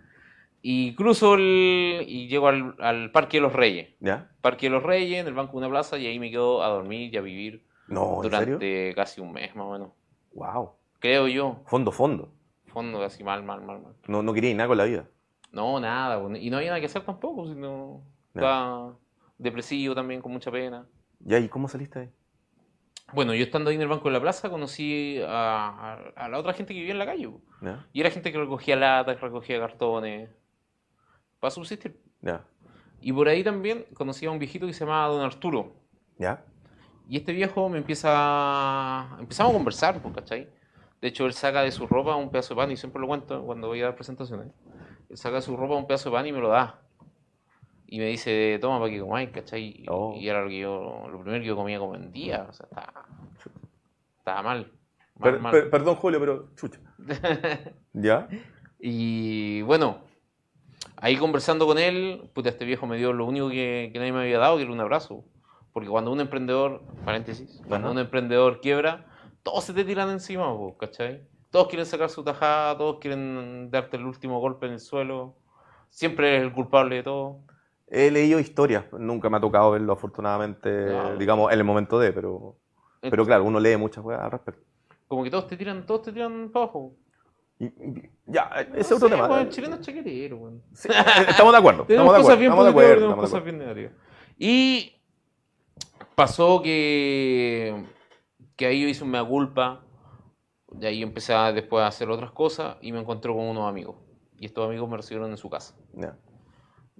B: Y cruzo el... y llego al- al Parque de los Reyes.
A: ¿Ya?
B: Parque de los Reyes, en el Banco de una Plaza, y ahí me quedo a dormir y a vivir
A: No, ¿en
B: durante
A: serio?
B: casi un mes más o menos.
A: Wow.
B: Creo yo.
A: Fondo, fondo.
B: Fondo casi mal, mal, mal, mal.
A: No, no quería ir nada con la vida.
B: No, nada, po. y no había nada que hacer tampoco, sino estaba depresivo también, con mucha pena.
A: ¿Ya? ¿Y cómo saliste ahí?
B: Bueno, yo estando ahí en el Banco de la Plaza conocí a, a- a la otra gente que vivía en la calle. po.
A: ¿Ya?
B: Y era gente que recogía latas, recogía cartones, para subsistir.
A: ¿Ya?
B: Y por ahí también conocí a un viejito que se llamaba Don Arturo.
A: ¿Ya?
B: Y este viejo me empieza. Empezamos a conversar, pues, ¿cachai? De hecho, él saca de su ropa un pedazo de pan, y siempre lo cuento cuando voy a dar presentaciones. Él saca de su ropa un pedazo de pan y me lo da. Y me dice, toma para que comáis, ¿cachai? Y-
A: Oh.
B: Y era lo que yo, lo primero que yo comía como en día. O sea, estaba, estaba mal. Mal,
A: Per-
B: mal.
A: per- perdón, Julio, pero chucha. ¿Ya?
B: Y bueno, ahí conversando con él, puta, este viejo me dio lo único que, que nadie me había dado, que era un abrazo. Porque cuando un emprendedor, paréntesis, cuando
A: Ajá.
B: un emprendedor quiebra, todos se te tiran encima, po, ¿cachai? Todos quieren sacar su tajada, todos quieren darte el último golpe en el suelo. Siempre eres el culpable de todo.
A: He leído historias, nunca me ha tocado verlo afortunadamente,
B: Claro.
A: digamos, en el momento de, pero, pero claro, uno lee muchas cosas al respecto.
B: Como que todos te tiran, todos te tiran para abajo.
A: Y- y- ya, ese es
B: No
A: otro
B: sé,
A: tema.
B: weón, el chileno es chaquetero, weón.
A: Sí, estamos de acuerdo. Estamos
B: Tenemos
A: de
B: cosas
A: acuerdo. Estamos
B: bien
A: de
B: positivas,
A: acuerdo. estamos
B: tenemos
A: de
B: cosas bien negativas. Y pasó que, que ahí yo hice un mea culpa. De ahí empecé a- después a hacer otras cosas y me encontré con unos amigos. Y estos amigos me recibieron en su casa.
A: acuerdo. Ya.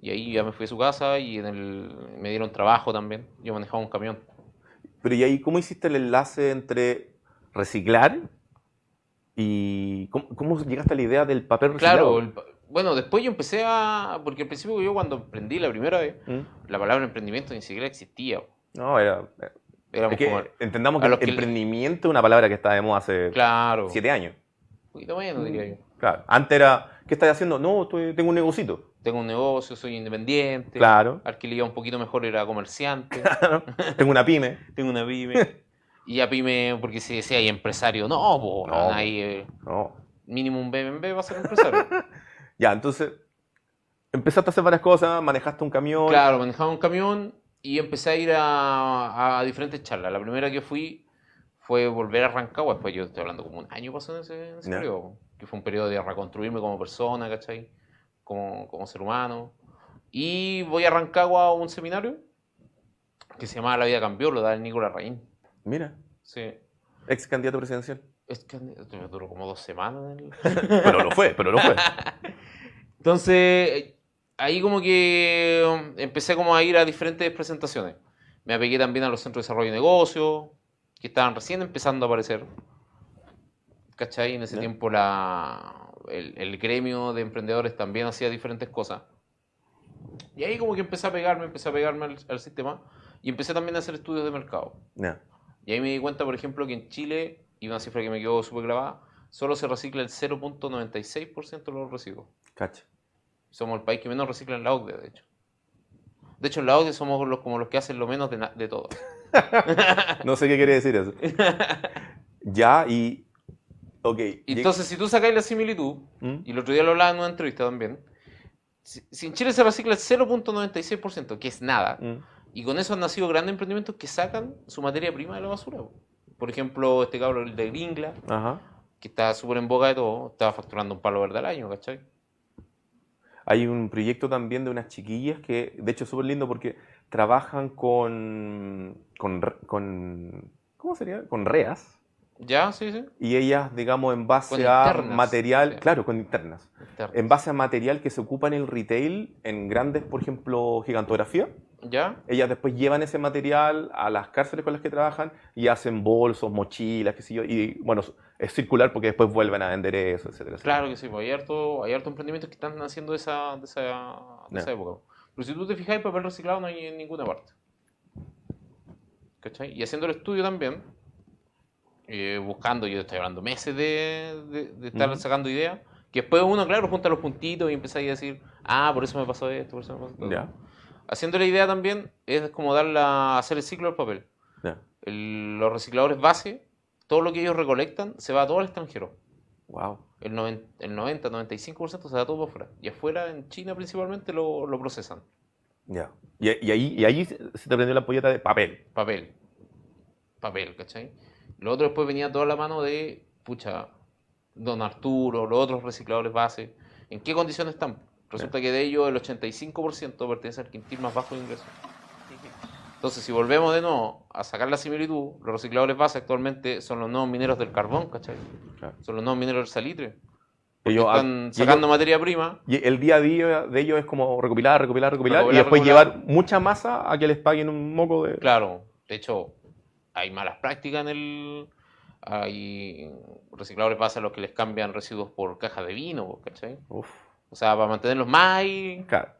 B: Y ahí ya me fui a su casa y en el, me dieron trabajo también. Yo manejaba un camión.
A: Pero ¿y ahí cómo hiciste el enlace entre reciclar y cómo, cómo llegaste a la idea del papel reciclado?
B: Claro, el pa- bueno, después yo empecé a... Porque al principio yo cuando emprendí la primera vez,
A: ¿Mm?
B: la palabra emprendimiento ni siquiera existía.
A: No, era,
B: Éramos
A: es que
B: como-
A: entendamos
B: a los
A: que
B: que le-
A: emprendimiento es una palabra que está de moda hace
B: Claro, un
A: siete años.
B: poquito menos diría yo.
A: Claro. Antes era, ¿qué estás haciendo? No, estoy- tengo un negocito.
B: tengo un negocio, soy independiente.
A: Claro.
B: Al que le iba un poquito mejor era comerciante.
A: tengo una pyme.
B: tengo una pyme. Y ya pyme, porque si decía ahí empresario, no, po,
A: No, po.
B: ahí eh,
A: No.
B: mínimo un BMB va a ser empresario.
A: Ya, entonces empezaste a hacer varias cosas, manejaste un camión.
B: claro, manejaba un camión y empecé a ir a, a diferentes charlas. La primera que fui fue volver a Rancagua, después yo estoy hablando como un año pasó en ese, en ese
A: Ya.
B: periodo, po, que fue un periodo de reconstruirme como persona, ¿cachai? Como, como ser humano. Y voy a Rancagua a un seminario que se llamaba La Vida Cambió, lo da el Nicolás Raín.
A: Mira,
B: Sí.
A: ex candidato presidencial.
B: Es que esto me duró como dos semanas. en el-
A: Pero lo fue, pero lo fue.
B: Entonces, eh, ahí como que um, empecé como a ir a diferentes presentaciones. Me apegué también a los centros de desarrollo de negocios, que estaban recién empezando a aparecer. ¿Cachai? En ese
A: Ya.
B: tiempo la, el, el gremio de emprendedores también hacía diferentes cosas. Y ahí como que empecé a pegarme, empecé a pegarme al, al sistema y empecé también a hacer estudios de mercado.
A: Ya.
B: Y ahí me di cuenta, por ejemplo, que en Chile, y una cifra que me quedó súper grabada, solo se recicla el 0.96% de los residuos.
A: Cacha.
B: Somos el país que menos recicla en la OCDE, de hecho. De hecho, en la OCDE somos los, como los que hacen lo menos de, na- de todo.
A: No sé qué quiere decir eso. ya, y. Ok.
B: Y
A: lleg-
B: Entonces, si tú sacáis la similitud,
A: ¿Mm?
B: y el otro día lo hablaba en una entrevista también, si, si en Chile se recicla el 0.96%, que es nada,
A: ¿Mm?
B: y con eso han nacido grandes emprendimientos que sacan su materia prima de la basura. po. Por ejemplo, este cabrón el de Gringla,
A: Ajá.
B: que está súper en boca de todo, estaba facturando un palo verde al año, ¿cachai?
A: Hay un proyecto también de unas chiquillas que, de hecho, es súper lindo porque trabajan con, con. re- con- ¿Cómo sería? Con reas.
B: ¿Ya? Sí, sí.
A: Y ellas, digamos, en base
B: Con
A: a
B: internas,
A: material.
B: sí.
A: Claro, con internas.
B: Interno.
A: En base a material que se ocupa en el retail, en grandes, por ejemplo, gigantografía.
B: ¿Ya?
A: Ellas después llevan ese material a las cárceles con las que trabajan y hacen bolsos, mochilas, qué sé yo. Y bueno, es circular porque después vuelven a vender eso, etcétera. etcétera.
B: Claro que sí, pues, hay harto, hay harto emprendimientos que están naciendo de esa, de esa, de esa época. po. Pero si tú te fijas, papel reciclado no hay en ninguna parte. ¿Cachai? Y haciendo el estudio también, eh, buscando, yo estoy hablando meses de, de- de estar
A: Ujú.
B: sacando ideas, que después uno, claro, junta los puntitos y empieza a decir, ah, por eso me pasó esto, por eso me pasó esto.
A: Ya,
B: Haciendo la idea también es como dar la, hacer el ciclo del papel.
A: ya.
B: El- los recicladores base, todo lo que ellos recolectan se va a todo al extranjero.
A: Wow.
B: El 90, el 90 95% se da todo afuera. Y afuera, en China principalmente, lo, lo procesan.
A: Ya. Y, y ahí, y ahí se te prendió la polleta de papel.
B: Papel. Papel, ¿cachai? Lo otro después venía toda la mano de, pucha, Don Arturo, los otros recicladores base. ¿En qué condiciones están? Resulta que de ellos el 85% pertenece al quintil más bajo de ingresos. Entonces, si volvemos de nuevo a sacar la similitud, los recicladores base actualmente son los nuevos mineros del carbón, ¿cachai?
A: Claro.
B: Son los nuevos mineros del salitre.
A: Ellos, ah, y
B: Están
A: ellos-
B: sacando materia prima
A: y el día a día de ellos es como recopilar, recopilar, recopilar, y
B: Recopilar,
A: después
B: recopilar.
A: llevar mucha masa a que les paguen un moco de...
B: Claro, de hecho, hay malas prácticas en el. Hay recicladores base a los que les cambian residuos por cajas de vino, po, ¿cachai?
A: Uf,
B: O sea, para mantenerlos más ahí.
A: claro.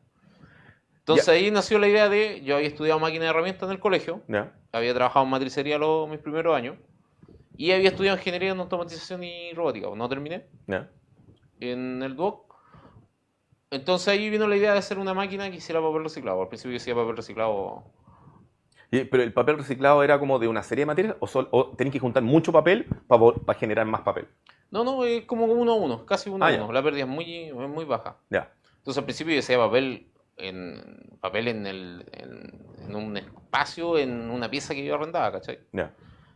B: Entonces ahí nació la idea de. Yo había estudiado máquina de herramientas en el colegio,
A: Ya.
B: había trabajado en matricería los, mis primeros años, y había estudiado ingeniería en automatización y robótica, pues, no terminé
A: Ya.
B: en el DUOC. Entonces ahí vino la idea de hacer una máquina que hiciera papel reciclado. Al principio yo hacía papel reciclado
A: Y- pero el papel reciclado era como de una serie de materias o, sol- o tenés que juntar mucho papel para generar más papel.
B: No, no, es como uno a uno, casi uno
A: Ah,
B: a
A: ya.
B: uno. La pérdida es muy, es muy baja.
A: Ya.
B: Entonces al principio yo decía papel en papel en, el, en, en un espacio, en una pieza que yo arrendaba, ¿cachai?
A: Ya.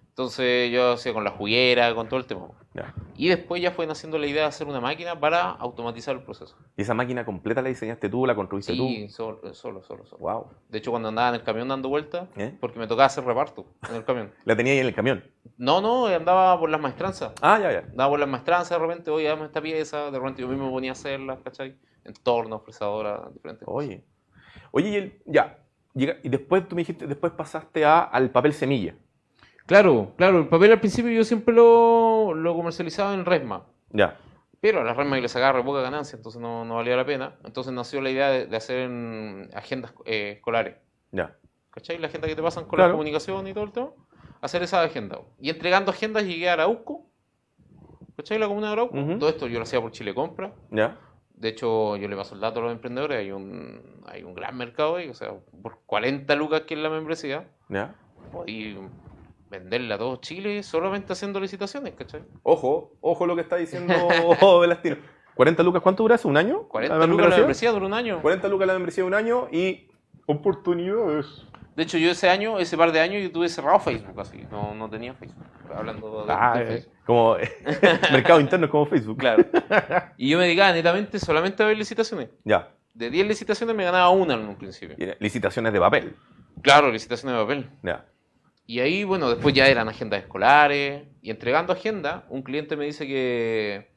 B: Entonces yo hacía con la juguera, con todo el tema.
A: Ya.
B: Y después ya fue naciendo la idea de hacer una máquina para automatizar el proceso.
A: Y esa máquina completa la diseñaste tú, la construiste
B: Sí, solo, solo, solo.
A: tú.
B: solo.
A: Wow.
B: De hecho, cuando andaba en el camión dando vueltas,
A: ¿Eh?
B: porque me tocaba hacer reparto en el camión.
A: La tenía ahí en el camión.
B: No, no, andaba por las maestranzas.
A: Ah, ya, ya.
B: daba por las maestranzas de repente, oye, dame esta pieza, de repente yo mismo ponía a hacerlas, ¿cachai? Entornos, fresadora, diferentes cosas.
A: Oye. Oye, y el- ya. Llega- y después tú me dijiste, después pasaste a, al papel semilla.
B: Claro, claro, el papel al principio yo siempre lo, lo comercializaba en Resma,
A: Ya.
B: pero a las Resma le sacaba re poca ganancia, entonces no, no valía la pena. Entonces nació la idea de, de hacer en agendas eh, escolares,
A: Ya.
B: ¿cachai? La agenda que te pasan con
A: Claro.
B: la comunicación y todo el tema, hacer esa agenda. Y entregando agendas llegué a Arauco, ¿cachai? La comuna de Arauco.
A: Ujú.
B: Todo esto yo lo hacía por Chile Compra,
A: Ya.
B: De hecho, yo le paso el dato a los emprendedores, hay un, hay un gran mercado ahí, o sea, por 40 lucas que es la membresía,
A: Ya.
B: podéis venderla a todo Chile solamente haciendo licitaciones, ¿cachai?
A: Ojo, ojo lo que está diciendo Velastino. 40 lucas, ¿cuánto dura eso? ¿Un año?
B: 40
A: ¿La
B: lucas la
A: membresía?
B: membresía dura un año.
A: 40 lucas la membresía de un año y oportunidades.
B: De hecho, yo ese año, ese par de años, yo tuve cerrado Facebook, así, no, no tenía Facebook, hablando de,
A: Ah,
B: de
A: eh,
B: Facebook.
A: como mercado interno es como Facebook.
B: Claro. Y yo me dedicaba netamente solamente a ver licitaciones.
A: Ya.
B: De 10 licitaciones me ganaba una en un principio.
A: Y era- Licitaciones de papel.
B: Claro, licitaciones de papel.
A: Ya.
B: Y ahí, bueno, después ya eran agendas escolares. Y entregando agenda, un cliente me dice que,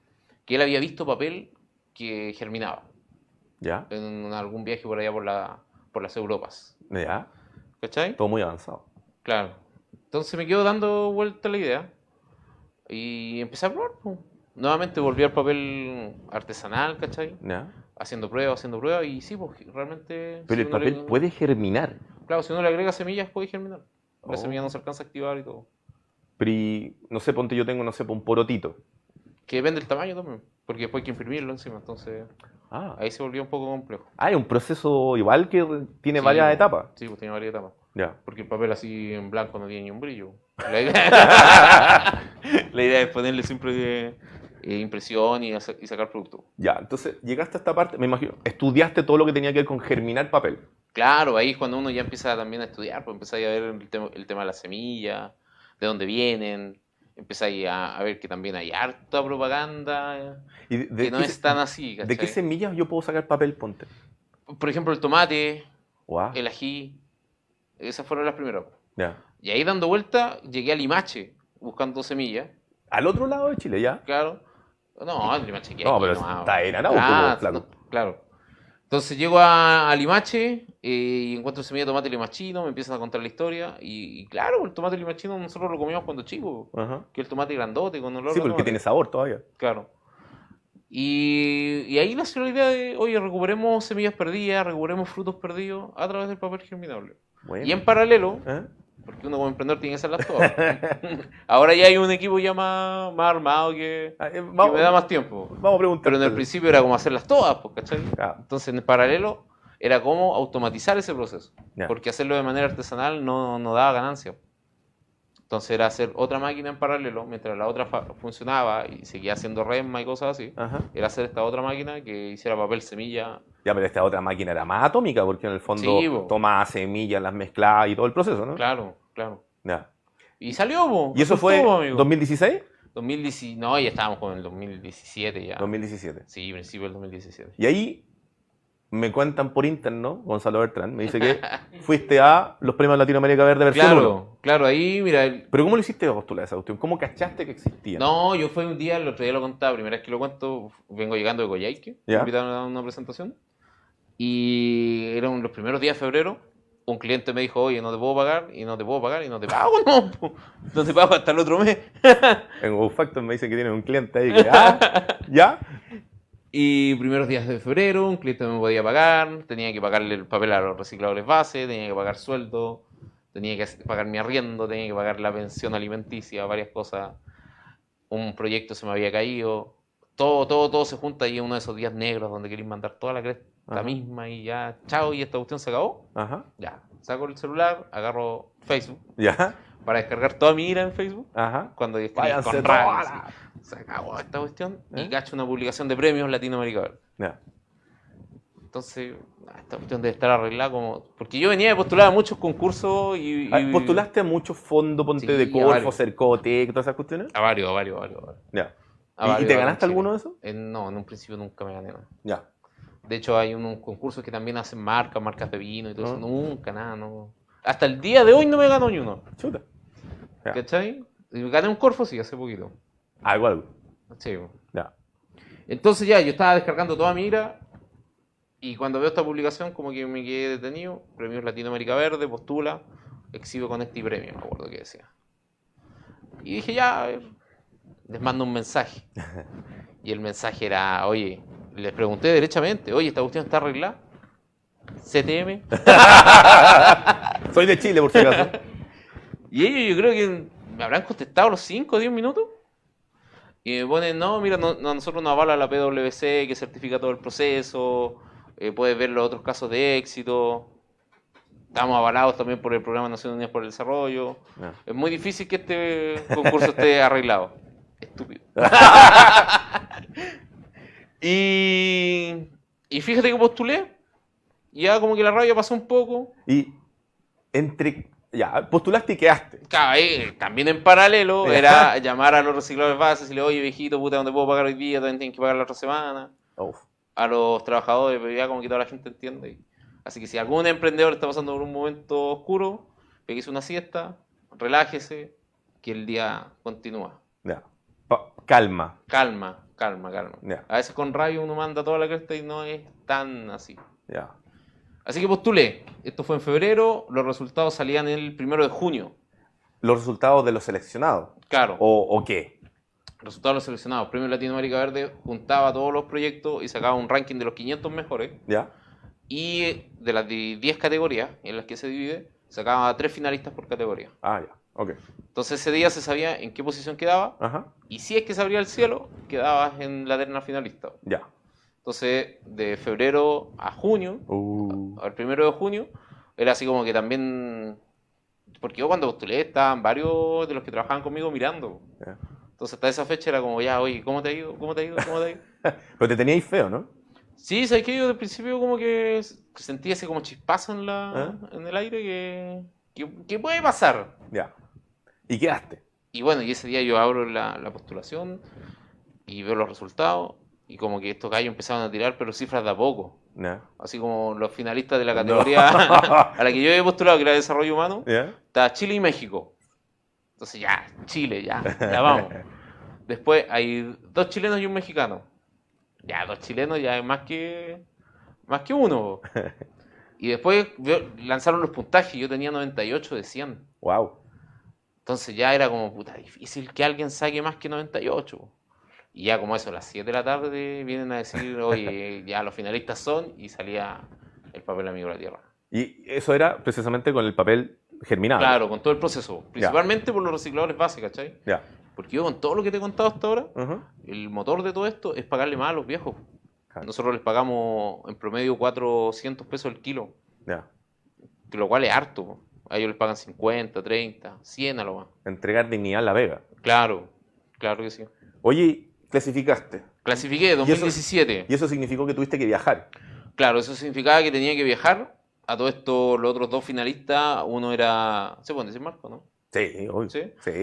B: que él había visto papel que germinaba
A: Ya.
B: en algún viaje por allá por, la, por las Europas.
A: Ya.
B: ¿Cachai?
A: Todo muy avanzado.
B: Claro. Entonces me quedo dando vuelta la idea. Y empecé a probar. po. Nuevamente volví al papel artesanal, ¿cachai?
A: Ya.
B: Haciendo pruebas, haciendo pruebas. Y sí, pues realmente...
A: Pero
B: si
A: el
B: uno
A: papel
B: le-
A: puede germinar.
B: Claro, si uno le agrega semillas puede germinar. La
A: Oh.
B: semilla no se alcanza a activar y todo.
A: Pri, no sé, ponte yo tengo, no sé, un porotito.
B: Que depende del tamaño también. Porque después hay que imprimirlo encima, entonces
A: Ah,
B: ahí se volvió un poco complejo.
A: hay Ah, un proceso igual que tiene
B: Sí,
A: varias
B: pues,
A: etapas.
B: Sí, pues tiene varias etapas.
A: Ya.
B: Porque el papel así en blanco no tiene ni un brillo. La idea, la idea es ponerle siempre eh, impresión y, hacer- y sacar producto.
A: Ya, entonces llegaste a esta parte, me imagino, estudiaste todo lo que tenía que ver con germinar papel.
B: Claro, ahí es cuando uno ya empieza también a estudiar, pues empezáis a ver el tema, el tema de las semillas, de dónde vienen, empezáis a, a ver que también hay harta propaganda, eh,
A: ¿Y de, de
B: que no
A: qué,
B: es tan así,
A: se- de qué
B: ¿cachai?
A: semillas yo puedo sacar papel, ponte?
B: Por ejemplo, el tomate,
A: Guau,
B: el ají, esas fueron las primeras.
A: ya.
B: Y ahí dando vuelta llegué al limache, buscando semillas,
A: Al otro lado de Chile, ya.
B: claro. No, el limache que hay
A: No,
B: aquí
A: pero
B: nomás,
A: está en Arauco, po, flaco.
B: no, claro. Entonces llego a, a Limache eh, y encuentro semilla de tomate limachino, me empiezan a contar la historia. Y, y claro, el tomate limachino nosotros lo comíamos cuando chicos,
A: Ajá.
B: que el tomate grandote con olor
A: Sí,
B: a
A: porque
B: tomate.
A: tiene sabor todavía.
B: Claro. Y, y ahí nació la idea de, oye, recuperemos semillas perdidas, recuperemos frutos perdidos a través del papel germinable.
A: Bueno.
B: Y en paralelo,
A: ¿Eh?
B: porque uno como emprendedor tiene que hacerlas todas. Ahora ya hay un equipo ya más, más armado que,
A: Ah, eh,
B: que
A: vamos,
B: me da más tiempo.
A: vamos a preguntar. Ah,
B: Pero en el principio era como hacerlas todas, pues, ¿cachai?
A: Ya,
B: Entonces, en paralelo, era como automatizar ese proceso.
A: Ya.
B: Porque hacerlo de manera artesanal no, no daba ganancia. Entonces, era hacer otra máquina en paralelo, mientras la otra fa- funcionaba y seguía haciendo resma y cosas así.
A: Ajá.
B: Era hacer esta otra máquina que hiciera papel, semilla.
A: Ya, pero esta otra máquina era más atómica porque en el fondo
B: Sí, po.
A: toma semillas, las mezcla y todo el proceso, ¿no?
B: Claro, claro.
A: Ya.
B: Y salió, po.
A: ¿Y eso
B: resultó,
A: fue
B: po, amigo.
A: 2016?
B: 2010 No, ya estábamos con el 2017 ya.
A: 2017.
B: Sí, principio del 2017.
A: Y ahí me cuentan por interno, Gonzalo Bertrán, me dice que fuiste a los premios Latinoamérica Verde versión uno.
B: Claro, claro, ahí, mira, el-
A: Pero ¿cómo lo hiciste para postular esa cuestión? ¿Cómo cachaste que existía?
B: No, yo fui un día, el otro día lo contaba, primera vez que lo cuento, vengo llegando de Coyhaique, me
A: Ya.
B: invitaron a una presentación y eran los primeros días de febrero, un cliente me dijo, oye, no te puedo pagar, y no te puedo pagar, y no te pago, no, po. no te pago hasta el otro mes.
A: En Go Factor me dicen que tienen un cliente ahí que, ah, ya,
B: Y primeros días de febrero, un cliente no me podía pagar, tenía que pagarle el papel a los recicladores base, tenía que pagar sueldo, tenía que hacer- pagar mi arriendo, tenía que pagar la pensión alimenticia, varias cosas. Un proyecto se me había caído. Todo, todo, todo se junta y es uno de esos días negros donde queréis mandar toda la cresta
A: Ajá.
B: misma y ya, chao, y esta cuestión se acabó.
A: ajá,
B: Ya, saco el celular, agarro Facebook
A: ya,
B: para descargar toda mi ira en Facebook.
A: ajá.
B: Cuando escribí
A: Váyanse
B: con
A: todas
B: rabia,
A: las-
B: así, se acabó esta cuestión
A: ¿Eh?
B: y cacho una publicación de premios Latinoamérica Verde.
A: Ya.
B: Entonces, ah, esta cuestión debe estar arreglada como... Porque yo venía de postular a muchos concursos y...
A: Ah,
B: y-
A: ¿Postulaste a muchos fondos, ponte
B: Sí,
A: de
B: a
A: Corfo,
B: varios.
A: Cercotec, todas esas cuestiones?
B: A varios, a varios, a varios. a varios.
A: Ya.
B: A
A: ¿Y- ¿Y, te
B: varios, a varios
A: ganaste
B: en Chile.
A: alguno de esos?
B: Eh, no, en un principio nunca me gané nada.
A: Ya.
B: De hecho, hay unos concursos que también hacen marcas, marcas de vino y todo
A: Ah.
B: eso. Nunca, nada, no. Hasta el día de hoy no me ganó ni uno.
A: Chuta. Ya.
B: ¿Cachai? Gané un Corfo, sí, hace poquito.
A: Algo, algo.
B: Sí.
A: Ya.
B: Entonces ya, yo estaba descargando toda mi ira y cuando veo esta publicación como que me quedé detenido, premios Latinoamérica Verde, postula, exhibo con este premio, me acuerdo que decía. Y dije, ya, a ver, les mando un mensaje. Y el mensaje era, oye, les pregunté derechamente, oye, esta cuestión está arreglada. CTM.
A: Soy de Chile, por si acaso.
B: Y ellos yo creo que me habrán contestado los 5 o 10 minutos. Y me ponen, no, mira, no, no, nosotros nos avala la PwC que certifica todo el proceso, eh, puedes ver los otros casos de éxito. Estamos avalados también por el Programa Naciones Unidas por el Desarrollo.
A: Ya.
B: Es muy difícil que este concurso esté arreglado. Estúpido. y, y fíjate que postulé. y Ya como que la rabia pasó un poco.
A: Y entre. Ya, postulaste y quedaste.
B: Claro, ahí, también en paralelo era llamar a los recicladores bases y decirle, oye viejito, puta, no te puedo pagar hoy día, también tienes que pagar la otra semana.
A: Uf.
B: A los trabajadores, pero ya como que toda la gente entiende. Así que si algún emprendedor está pasando por un momento oscuro, peguese una siesta, relájese, que el día continúa.
A: Ya. Pa- calma.
B: Calma, calma, calma.
A: Ya.
B: A veces con rabia uno manda toda la cresta y no es tan así.
A: Ya.
B: Así que postulé. Esto fue en febrero, los resultados salían el primero de junio.
A: Los resultados de los seleccionados.
B: Claro.
A: ¿O, o qué?
B: resultados de los seleccionados. Premio Latinoamérica Verde juntaba todos los proyectos y sacaba un ranking de los 500 mejores.
A: Ya.
B: Y de las di- 10 categorías en las que se divide, sacaba tres finalistas por categoría.
A: Ah, ya. Ok.
B: Entonces ese día se sabía en qué posición quedaba
A: Ajá.
B: y si es que se abría el cielo, quedabas en la terna finalista.
A: Ya.
B: Entonces, de febrero a junio,
A: Uh.
B: al primero de junio, era así como que también... Porque yo cuando postulé estaban varios de los que trabajaban conmigo mirando.
A: Ya.
B: Entonces hasta esa fecha era como, ya, oye, ¿cómo te ha ido? ¿Cómo te ha ido? ¿Cómo te ha ido?
A: Pero te teníais feo, ¿no?
B: Sí, sabes que yo desde el principio como que sentí ese como chispazo en, la, en el aire que, que, que puede pasar.
A: Ya. ¿Y quedaste?
B: Y bueno, y ese día yo abro la, la postulación y veo los resultados y como que estos gallos empezaron a tirar, pero cifras de a poco.
A: Ya.
B: Así como los finalistas de la
A: No.
B: categoría a la que yo he postulado, que era desarrollo humano,
A: ¿Ya?
B: está Chile y México. Entonces ya, Chile, ya, ya vamos. Después hay dos chilenos y un mexicano. Ya, dos chilenos ya es más que, más que uno. po. Y después veo- lanzaron los puntajes. Yo tenía 98 de 100.
A: Wow.
B: Entonces ya era como, puta, difícil que alguien saque más que 98. po. Y ya como eso, a las 7 de la tarde vienen a decir, oye, ya los finalistas son. Y salía el papel amigo de la tierra.
A: Y eso era precisamente con el papel germinado.
B: Claro, con todo el proceso. Principalmente por los recicladores básicos, ¿cachai?
A: Ya.
B: Porque yo con todo lo que te he contado hasta ahora,
A: Ujú.
B: el motor de todo esto es pagarle más a los viejos.
A: Claro.
B: Nosotros les pagamos en promedio 400 pesos el kilo,
A: Ya.
B: que lo cual es harto. po. A ellos les pagan 50, 30, 100 a lo más.
A: Entregar dignidad a la vega.
B: Claro, claro que sí.
A: Oye, clasificaste.
B: Clasifiqué
A: eso-
B: 2017.
A: Y eso significó que tuviste que viajar.
B: Claro, eso significaba que tenía que viajar. A todo esto, los otros dos finalistas, uno era... ¿Se pueden decir Marco, no?
A: Sí, obvio.
B: Sí.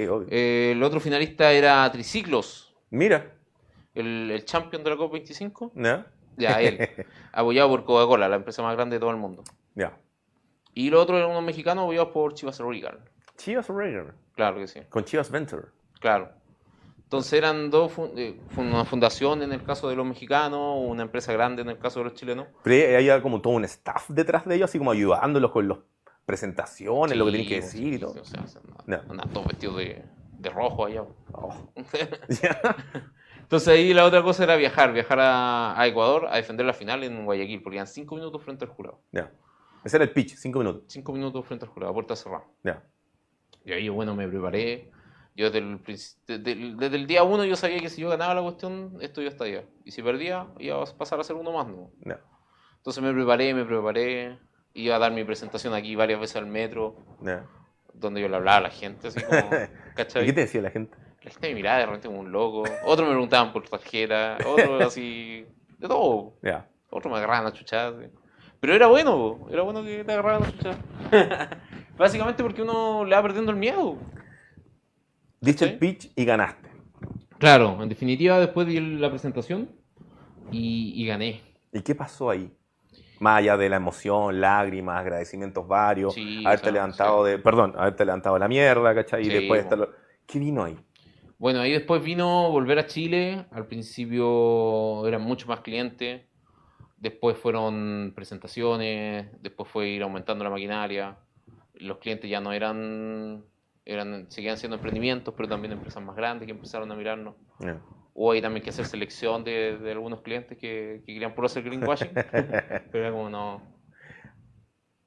A: obvio.
B: Eh, el otro finalista era Triciclos,
A: Mira.
B: el, el champion de la COP25.
A: ¿Ya?
B: Ya, él. apoyado por Coca-Cola, la empresa más grande de todo el mundo.
A: Ya.
B: Y lo otro era unos mexicanos apoyados por Chivas Regal.
A: Chivas Rager.
B: Claro que sí,
A: Con Chivas Venture.
B: claro. Entonces eran dos, fun- eh, fue una fundación en el caso de los mexicanos, una empresa grande en el caso de los chilenos.
A: Pero ahí había como todo un staff detrás de ellos, así como ayudándolos con las presentaciones, lo que tienen que
B: Sí,
A: decir y
B: sí,
A: todo.
B: sí, o sea, se andaban-
A: No.
B: andaban todos vestidos de, de rojo allá.
A: Oh. Ya.
B: Entonces ahí la otra cosa era viajar, viajar a, a Ecuador a defender la final en Guayaquil, porque eran cinco minutos frente al jurado.
A: Ya. Ese era el pitch, cinco minutos.
B: Cinco minutos frente al jurado, a puerta cerrada.
A: Ya.
B: Y ahí, bueno, me preparé. Yo desde el, princi- desde el- desde el día uno yo sabía que si yo ganaba la cuestión, esto yo estaría. Y si perdía, iba a pasar a ser uno más, ¿no?
A: Ya.
B: Entonces me preparé, me preparé. Iba a dar mi presentación aquí varias veces al metro,
A: Ya.
B: donde yo le hablaba a la gente, así como,
A: ¿Y
B: ¿cachai?
A: qué te decía la gente?
B: La gente me miraba de repente como un loco. Otros me preguntaban por tarjeta, otros así, de todo.
A: Ya.
B: Otros me agarraban a chuchadas. sí. Pero era bueno, po, era bueno que te agarraran a chuchadas. Básicamente porque uno le va perdiendo el miedo.
A: Diste
B: ¿Sí?
A: el pitch y ganaste.
B: Claro, en definitiva, después de la presentación y, y gané.
A: ¿Y qué pasó ahí? Más allá de la emoción, lágrimas, agradecimientos varios,
B: Sí,
A: haberte
B: claro,
A: levantado de. Perdón, haberte levantado la mierda, ¿cachai? Y
B: Sí,
A: después
B: po.
A: estar. ¿Qué vino ahí?
B: Bueno, ahí después vino volver a Chile. Al principio eran mucho más clientes. Después fueron presentaciones. Después fue ir aumentando la maquinaria. Los clientes ya no eran, eran seguían siendo emprendimientos, pero también empresas más grandes que empezaron a mirarnos.
A: Ya.
B: Hubo ahí también que hacer selección de, de algunos clientes que, que querían puro hacer greenwashing. pero era como no.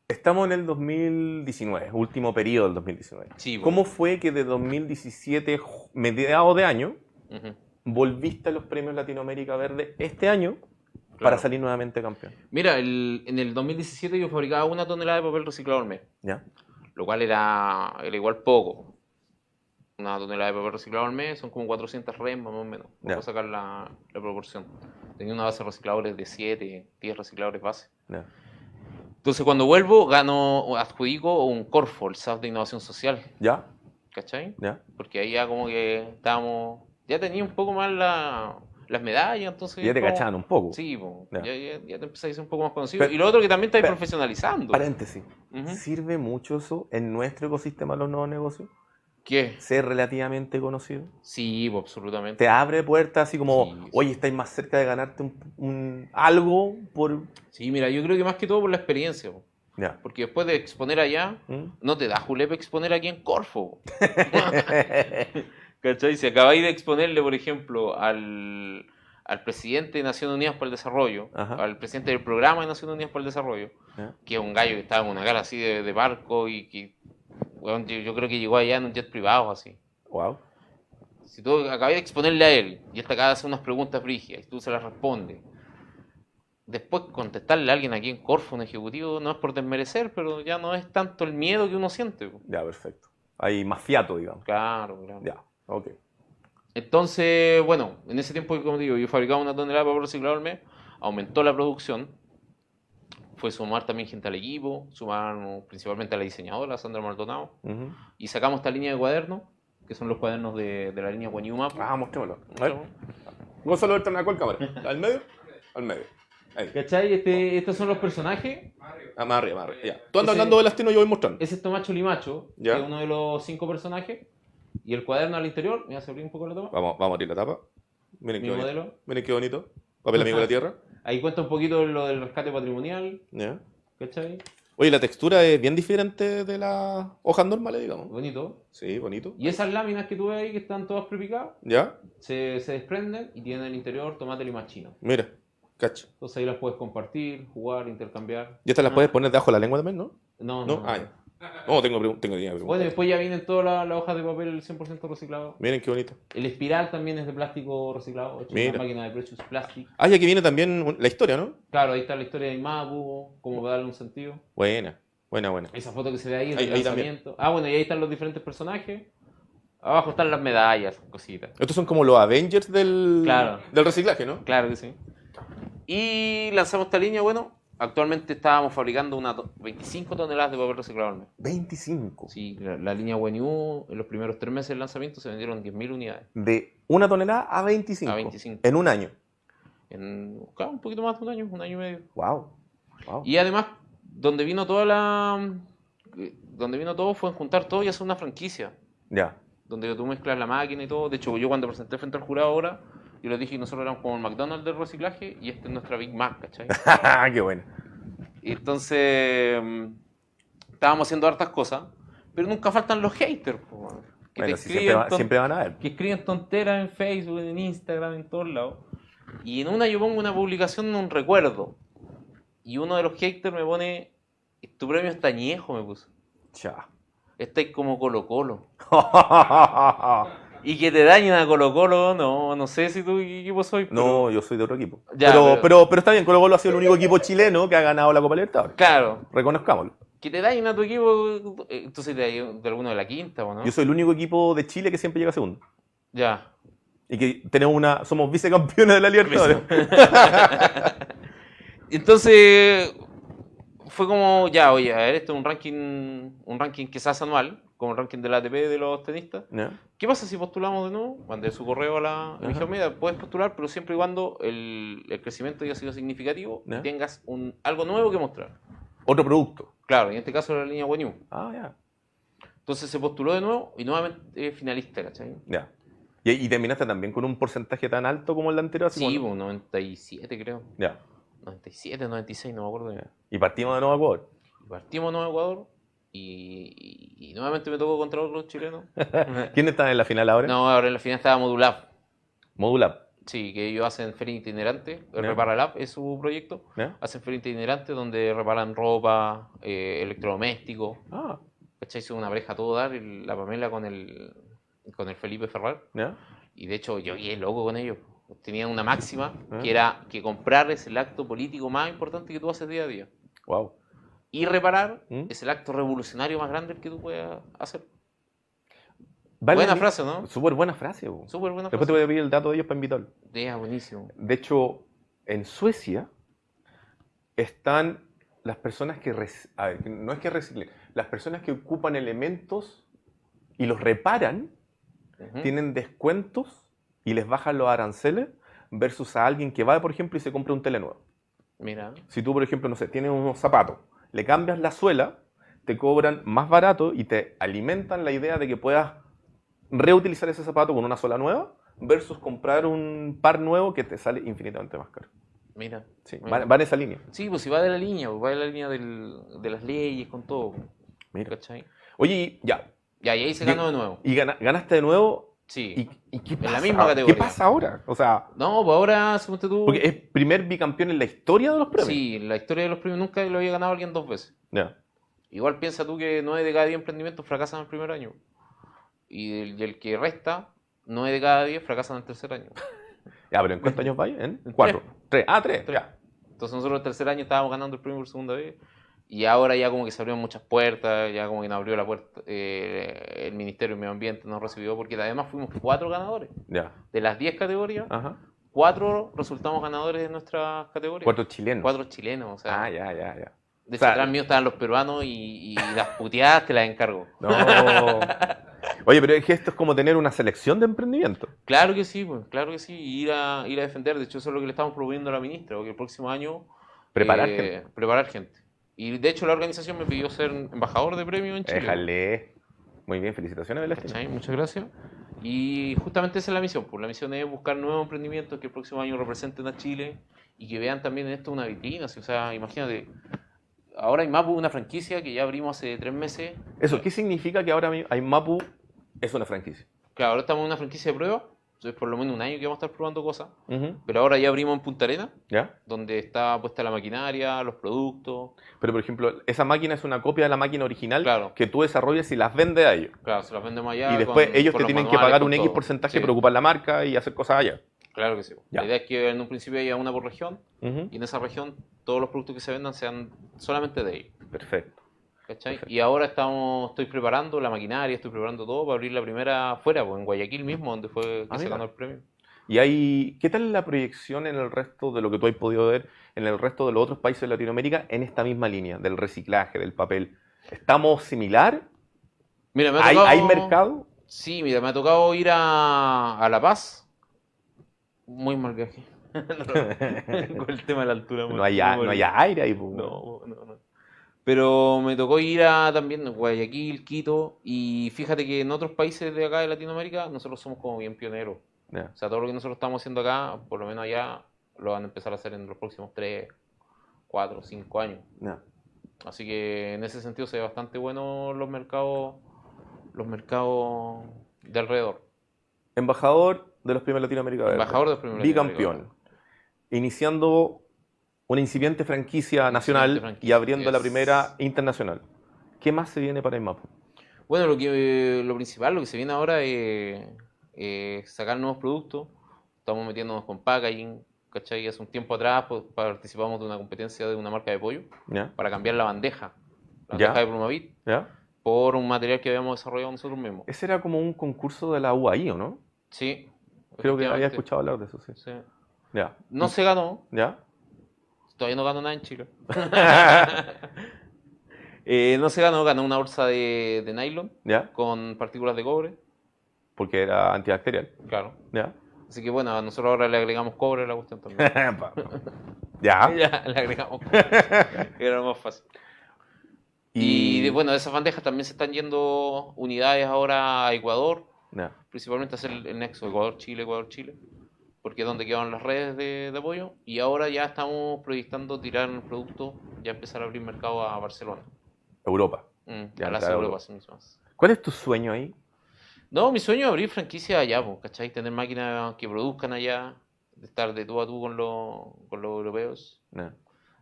A: Estamos en el 2019, último periodo del 2019.
B: Sí, pues.
A: ¿Cómo fue que de 2017, ju- mediados de año,
B: Ujú.
A: volviste a los premios Latinoamérica Verde este año para
B: Claro.
A: salir nuevamente campeón?
B: Mira, el- en el 2017 yo fabricaba una tonelada de papel reciclado al mes.
A: ¿Ya?
B: lo cual era, era igual poco. Una tonelada de papel reciclado al mes son como 400 remas más o menos.
A: Ya.
B: Puedo sacar la, la proporción. Tenía una base de recicladores de 7, 10 recicladores base.
A: Ya.
B: Entonces cuando vuelvo gano, adjudico un Corfo, el SAF de Innovación Social,
A: ¿Ya?
B: ¿cachai?
A: ¿Ya?
B: Porque ahí ya como que estábamos, ya tenía un poco más la- las medallas, entonces...
A: ya te
B: como-
A: cachaban un poco.
B: Sí, po,
A: Ya.
B: ya. Ya, ya te empezáis a ser un poco más conocido.
A: Pero-
B: y lo otro que también estáis
A: pero-
B: profesionalizando.
A: Paréntesis.
B: Ujú.
A: ¿Sirve mucho eso en nuestro ecosistema de los nuevos negocios?
B: ¿Qué?
A: Ser relativamente conocido.
B: Sí, po, absolutamente.
A: Te abre puertas así como,
B: Sí, sí.
A: oye, estáis más cerca de ganarte un, un- algo por...
B: Sí, mira, yo creo que más que todo por la experiencia, po.
A: Ya.
B: porque después de exponer allá,
A: ¿Mm?
B: no te da julepe exponer aquí en Corfo. po. ¿Cachai? Si acabáis de exponerle, por ejemplo, al, al presidente de Naciones Unidas para el Desarrollo,
A: Ajá.
B: al presidente del programa de Naciones Unidas para el Desarrollo,
A: ¿Ya?
B: que es un gallo que estaba en una cara así de, de barco y que Weón, yo, yo creo que llegó allá en un jet privado, así.
A: Wow.
B: Si tú acabas de exponerle a él y él te acaba de hacer unas preguntas brígidas y tú se las respondes, después contestarle a alguien aquí en Corfo, un ejecutivo, no es por desmerecer, pero ya no es tanto el miedo que uno siente. po.
A: Ya, perfecto. Hay más fiato, digamos.
B: Claro, claro.
A: Ya, ok.
B: Entonces, bueno, en ese tiempo, como digo, yo fabricaba una tonelada de papel reciclado al mes, aumentó la producción, fue sumar también gente al equipo, sumaron principalmente a la diseñadora, Sandra Maldonado,
A: Ujú.
B: y sacamos esta línea de cuadernos, que son los cuadernos de, de la línea Guanyuma.
A: Ah, mostrémoslo. A ver. Gonzalo Bertrán, ¿a cuál cámara? ¿Al medio? Al medio. Ahí.
B: ¿Cachai? Este, estos son los personajes.
A: Ah, más arriba, más arriba. Ya. Tú andas
B: Ese-
A: hablando del astino y yo voy mostrando.
B: Ese es Tomacho Limacho,
A: Ya.
B: que es uno de los cinco personajes. Y el cuaderno al interior, me hace abrir un poco la toma.
A: Vamos, vamos a abrir la tapa. Miren
B: Mi
A: Ah, qué bonito.
B: modelo.
A: Miren qué bonito. Papel amigo de la tierra.
B: Ahí cuenta un poquito lo del rescate patrimonial,
A: Ya.
B: ¿cachai?
A: Oye, la textura es bien diferente de las hojas normales, digamos.
B: Bonito.
A: Sí, bonito.
B: Y esas láminas que tú ves ahí, que están todas prepicadas,
A: ¿Ya?
B: se, se desprenden y tienen al interior tomate limachino.
A: Mira, cacho.
B: Entonces ahí las puedes compartir, jugar, intercambiar.
A: Y estas las puedes poner debajo de la lengua también, ¿no?
B: No, no.
A: No, ah, ya. No, tengo, pregun- tengo tenía
B: Bueno,
A: preguntas.
B: después ya vienen todas las las hojas de papel 100% reciclado.
A: Miren qué bonito.
B: El espiral también es de plástico reciclado, hecho en
A: Mira.
B: una máquina de Precious Plastic.
A: Ah, y aquí viene también un- la historia, ¿no?
B: Claro, ahí está la historia de Imago, como para darle un sentido.
A: Buena, buena, buena.
B: Esa foto que se ve ahí,
A: Ahí-
B: el
A: ahí también.
B: lanzamiento. Ah, bueno, y ahí están los diferentes personajes. Abajo están las medallas, cositas.
A: Estos son como los Avengers del,
B: Claro.
A: del reciclaje, ¿no?
B: Claro que sí. Y lanzamos esta línea, bueno, actualmente estábamos fabricando unas do- 25 toneladas de papel reciclado al mes.
A: 25.
B: Sí, la, la línea WNU, en los primeros tres meses del lanzamiento se vendieron 10.000 unidades.
A: De una tonelada a 25.
B: A 25.
A: En un año.
B: En claro, un poquito más de un año, un año y medio.
A: Wow. wow.
B: Y además, donde vino toda la... Donde vino todo fue en juntar todo y hacer una franquicia.
A: Ya.
B: donde tú mezclas la máquina y todo. De hecho, yo cuando presenté frente al jurado ahora, yo les dije que nosotros éramos como el McDonald's del reciclaje y esta es nuestra Big Mac, ¿cachai?
A: qué bueno.
B: Y Entonces, mm, estábamos haciendo hartas cosas, pero nunca faltan los haters, po, weón, que te
A: Bueno, sí,
B: escriben,
A: siempre, va-
B: ton-
A: siempre van a ver.
B: que escriben tonteras en Facebook, en Instagram, en todos lados. Y en una yo pongo una publicación, un recuerdo, y uno de los haters me pone, tu premio está añejo, me puso.
A: Chao.
B: Estáis como Colo Colo. Y que te dañen a Colo Colo, no, no sé si tú qué equipo soy. pero-
A: no, yo soy de otro equipo.
B: Ya,
A: pero,
B: pero-
A: pero... Pero, está bien, Colo Colo ha sido el único equipo chileno que ha ganado la Copa Libertadores.
B: Claro,
A: Reconozcámoslo.
B: que te dañen a tu equipo, eh, tú soy de, ahí, de alguno de la quinta, ¿o no?
A: Yo soy el único equipo de Chile que siempre llega segundo.
B: Ya.
A: Y que tenemos una, somos vicecampeones de la Libertadores.
B: Entonces, fue como, ya, oye, a ver, este es un ranking, un ranking que se hace anual, como el ranking del ATP de los tenistas.
A: ¿Ya?
B: ¿Qué pasa si postulamos de nuevo? Mandé su correo a la a mi
A: Ajá.
B: hija, mira, puedes postular, pero siempre y cuando el, el crecimiento haya sido significativo, y
A: Ya.
B: tengas un, algo nuevo que mostrar.
A: Otro producto.
B: Claro, y en este caso la línea Guanyu.
A: Ah, ya.
B: Entonces se postuló de nuevo y nuevamente eh, finalista, ¿cachai?
A: Ya. Y, y terminaste también con un porcentaje tan alto como el de anterior. así
B: Sí,
A: como-
B: po, 97 creo.
A: Ya.
B: 97, 96, no me acuerdo. bien.
A: Y partimos de nuevo a Ecuador.
B: Y Partimos nuevo a Ecuador y, y- y nuevamente me tocó contra otros chilenos.
A: ¿Quién está en la final ahora?
B: no, ahora en la final estaba Modulab.
A: Modulab.
B: Sí, que ellos hacen feria itinerante. El
A: Ya.
B: Repara Lab es su proyecto.
A: ¿Ya?
B: Hacen feria itinerante donde reparan ropa, eh, electrodomésticos.
A: Ah,
B: ¿Cachai? Hizo una pareja a todo dar, el- la Pamela con el, con el Felipe Ferrar.
A: ¿ya?
B: Y de hecho yo guié loco con ellos. Tenían una máxima
A: Ah.
B: que era que comprar es el acto político más importante que tú haces día a día.
A: Wow.
B: Y reparar
A: ¿Mm?
B: es el acto revolucionario más grande que tú puedas hacer.
A: Vale,
B: buena
A: mi-
B: frase, ¿no?
A: Súper buena frase. po.
B: Súper buena
A: Después te
B: frase.
A: voy a pedir el dato de ellos para invitarlo.
B: Ya, buenísimo.
A: De hecho, en Suecia están las personas que, rec- a ver, que no es que reciclen, las personas que ocupan elementos y los reparan
B: Ujú.
A: tienen descuentos y les bajan los aranceles versus a alguien que va, por ejemplo, y se compra un tele nuevo.
B: Mira,
A: Si tú, por ejemplo, no sé, tienes unos zapatos, le cambias la suela, te cobran más barato y te alimentan la idea de que puedas reutilizar ese zapato con una suela nueva versus comprar un par nuevo que te sale infinitamente más caro.
B: mira.
A: Sí,
B: Mira.
A: va, va en esa línea.
B: Sí, pues si va de la línea, pues va de la línea del- de las leyes, con todo.
A: Mira.
B: ¿Cachai?
A: Oye, y ya,
B: Ya, y ahí se
A: Bien.
B: ganó de nuevo.
A: y gana- ganaste de nuevo.
B: Sí.
A: ¿Y, y qué
B: En la
A: pasa?
B: misma
A: ahora?
B: categoría.
A: ¿Qué pasa ahora? O sea,
B: No, pues ahora, según tú...
A: porque es primer bicampeón en la historia de los premios.
B: sí, la historia de los premios nunca lo había ganado alguien dos veces.
A: Ya.
B: Igual piensa tú que 9 de cada 10 emprendimientos fracasan en el primer año. Y el, y el que resta, 9 de cada 10 fracasan en el tercer año.
A: Ya, pero ¿en cuántos años vais? ¿En? Cuatro. Tres. Ah, tres.
B: Tres.
A: Ya.
B: Entonces nosotros el tercer año estábamos ganando el premio por segunda vez. Y ahora ya como que se abrieron muchas puertas, ya como que nos abrió la puerta, eh, el Ministerio de Medio Ambiente nos recibió, porque además fuimos cuatro ganadores.
A: Ya.
B: De las 10 categorías,
A: Ajá.
B: cuatro resultamos ganadores de nuestras categorías.
A: Cuatro chilenos.
B: Cuatro chilenos, o sea.
A: Ah, ya, ya, ya.
B: De
A: O
B: hecho,
A: sea,
B: atrás mío estaban los peruanos y, y las puteadas te las encargo.
A: No. Oye, pero es que esto es como tener una selección de emprendimiento.
B: Claro que sí, pues, claro que sí, y ir a, ir a defender. De hecho, eso es lo que le estamos promoviendo a la ministra, porque el próximo año...
A: Preparar
B: eh,
A: gente.
B: Preparar gente. Y de hecho la organización me pidió ser embajador de premio en Chile.
A: Déjale. Muy bien, felicitaciones, Belén.
B: ¿Cachai? Muchas gracias. Y justamente esa es la misión. Pues la misión es buscar nuevos emprendimientos que el próximo año representen a Chile y que vean también en esto una vitrina. así, O sea, imagínate, ahora hay Mapu, una franquicia que ya abrimos hace tres meses.
A: Eso, ¿qué significa que ahora mi- Aimapu es una franquicia?
B: Claro, ahora estamos en una franquicia de prueba, entonces por lo menos un año que vamos a estar probando cosas. Pero ahora ya abrimos en Punta Arena,
A: ¿Ya?
B: donde está puesta la maquinaria, los productos.
A: Pero, por ejemplo, esa máquina es una copia de la máquina original
B: Claro.
A: que tú desarrollas y las vendes a ellos.
B: Claro, se las vendemos allá.
A: y después
B: con-
A: ellos
B: con
A: te
B: los
A: tienen que
B: manuales,
A: pagar
B: con
A: un X
B: todo.
A: porcentaje
B: Sí,
A: por ocupar la marca y hacer cosas allá.
B: Claro que sí.
A: Ya.
B: La idea es que en un principio haya una por región
A: Ujú.
B: y en esa región todos los productos que se vendan sean solamente de ellos.
A: Perfecto.
B: ¿cachai?
A: Perfecto.
B: Y ahora estamos, estoy preparando la maquinaria, estoy preparando todo para abrir la primera afuera, pues, en Guayaquil mismo, donde fue que
A: Ah,
B: se
A: mira.
B: ganó el premio.
A: ¿Y hay, qué tal la proyección en el resto de lo que tú has podido ver en el resto de los otros países de Latinoamérica en esta misma línea del reciclaje, del papel? ¿Estamos similar?
B: Mira, me ha
A: ¿Hay,
B: tocado-
A: hay mercado?
B: Sí, mira, me ha tocado ir a, a La Paz. Muy mal viaje. Con el tema de la altura.
A: No
B: me-
A: hay,
B: me
A: a- no
B: morí.
A: hay aire ahí. pues, po.
B: No, no, no. Pero me tocó ir a también a Guayaquil, Quito, y fíjate que en otros países de acá de Latinoamérica nosotros somos como bien pioneros.
A: Ya.
B: O sea, todo lo que nosotros estamos haciendo acá, por lo menos allá, lo van a empezar a hacer en los próximos 3, 4, 5 años.
A: Ya.
B: Así que en ese sentido se ve bastante bueno los mercados, los mercados de alrededor.
A: Embajador de los primeros Latinoamérica Verde.
B: Embajador de primer
A: Bicampeón. Iniciando una incipiente franquicia nacional y
B: franquicia,
A: abriendo la
B: es.
A: primera internacional. ¿Qué más se viene para IMAPU?
B: Bueno, lo que lo principal, lo que se viene ahora es eh, sacar nuevos productos. Estamos metiéndonos con packaging, ¿cachai? Hace un tiempo atrás pues, participamos de una competencia de una marca de pollo
A: ¿Ya?
B: para cambiar la bandeja, la
A: Ya.
B: bandeja de Plumavit,
A: ¿Ya?
B: por un material que habíamos desarrollado nosotros mismos.
A: Ese era como un concurso de la UAI, ¿o no?
B: Sí.
A: Creo que había
B: efectivamente.
A: escuchado hablar de eso, sí.
B: Sí.
A: Ya.
B: No se ganó,
A: ¿Ya?
B: todavía no ganó nada en Chile. Eh, no se ganó, ganó una bolsa de, de nylon
A: ¿Ya?
B: con partículas de cobre,
A: Porque era antibacterial.
B: claro.
A: ¿Ya?
B: Así que bueno, nosotros ahora le agregamos cobre a la cuestión también.
A: Pa- pa- ¿Ya?
B: Ya, le agregamos. Era lo más fácil. Y, de- bueno, de esas bandejas también se están yendo unidades ahora a Ecuador,
A: ya.
B: principalmente a hacer el el nexo Ecuador-Chile, Ecuador-Chile, porque es donde quedaron las redes de, de apoyo. Y ahora ya estamos proyectando tirar el producto, ya empezar a abrir mercado a Barcelona,
A: Europa.
B: Mm,
A: Ya,
B: a las
A: claro.
B: Europas sí mismas.
A: ¿Cuál es tu sueño ahí?
B: No, mi sueño es abrir franquicia allá, po, ¿cachai? Tener máquinas que produzcan allá, de estar de tú a tú con, los- con los europeos.
A: Ya.